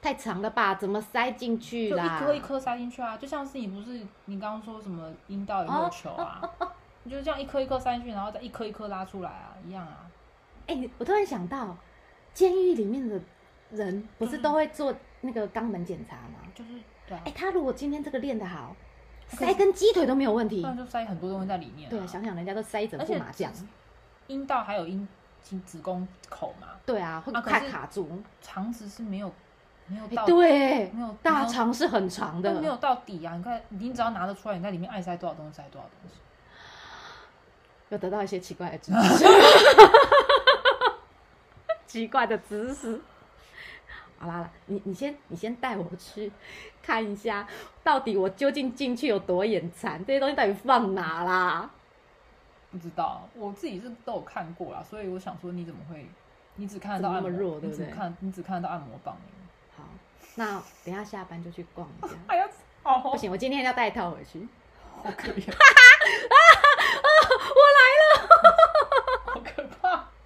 [SPEAKER 1] 太长了吧？怎么塞进去
[SPEAKER 2] 就一
[SPEAKER 1] 啦？
[SPEAKER 2] 颗一颗塞进去啊，就像是你不是你刚刚说什么阴道有
[SPEAKER 1] 哦
[SPEAKER 2] 没有球啊，你就这样一颗一颗塞进去，然后再一颗一颗拉出来啊，一样啊。
[SPEAKER 1] 哎、我突然想到，监狱里面的人不是
[SPEAKER 2] 就是
[SPEAKER 1] 都会做那个肛门检查吗？
[SPEAKER 2] 就是对啊
[SPEAKER 1] 哎、，他如果今天这个练得好，
[SPEAKER 2] 啊可是
[SPEAKER 1] 塞根鸡腿都没有问题
[SPEAKER 2] 不。然就塞很多东西在里面、
[SPEAKER 1] 对啊，想想人家都塞一整
[SPEAKER 2] 而
[SPEAKER 1] 副
[SPEAKER 2] 且
[SPEAKER 1] 麻将，
[SPEAKER 2] 阴道还有阴茎子宫口嘛，
[SPEAKER 1] 对啊，会
[SPEAKER 2] 啊可
[SPEAKER 1] 卡
[SPEAKER 2] 是
[SPEAKER 1] 卡住。
[SPEAKER 2] 肠子是没有没有
[SPEAKER 1] 哎、
[SPEAKER 2] 到，
[SPEAKER 1] 对，
[SPEAKER 2] 没有
[SPEAKER 1] 大
[SPEAKER 2] 没有
[SPEAKER 1] 肠是很长
[SPEAKER 2] 它没有
[SPEAKER 1] 的，
[SPEAKER 2] 到底啊！你看，你只要拿得出来，你在里面爱塞多少东西塞多少东西。
[SPEAKER 1] 有得到一些奇怪的知识，奇怪的知识。好啦，好啦你你先你先带我去看一下，到底我究竟进去有多眼馋，这些东西到底放哪啦？
[SPEAKER 2] 不知道，我自己是都有看过啦，所以我想说，你怎么会，你只看得
[SPEAKER 1] 怎
[SPEAKER 2] 到
[SPEAKER 1] 么
[SPEAKER 2] 按
[SPEAKER 1] 那
[SPEAKER 2] 摩，
[SPEAKER 1] 么弱对
[SPEAKER 2] 你
[SPEAKER 1] 不
[SPEAKER 2] 只
[SPEAKER 1] 对
[SPEAKER 2] 看你只看得到按摩棒而已。
[SPEAKER 1] 好，那等一下下班就去逛一下。
[SPEAKER 2] 哎呀，好
[SPEAKER 1] 不
[SPEAKER 2] 好
[SPEAKER 1] 行，我今天要带一套回去。
[SPEAKER 2] 可怜。
[SPEAKER 1] 啊我来了，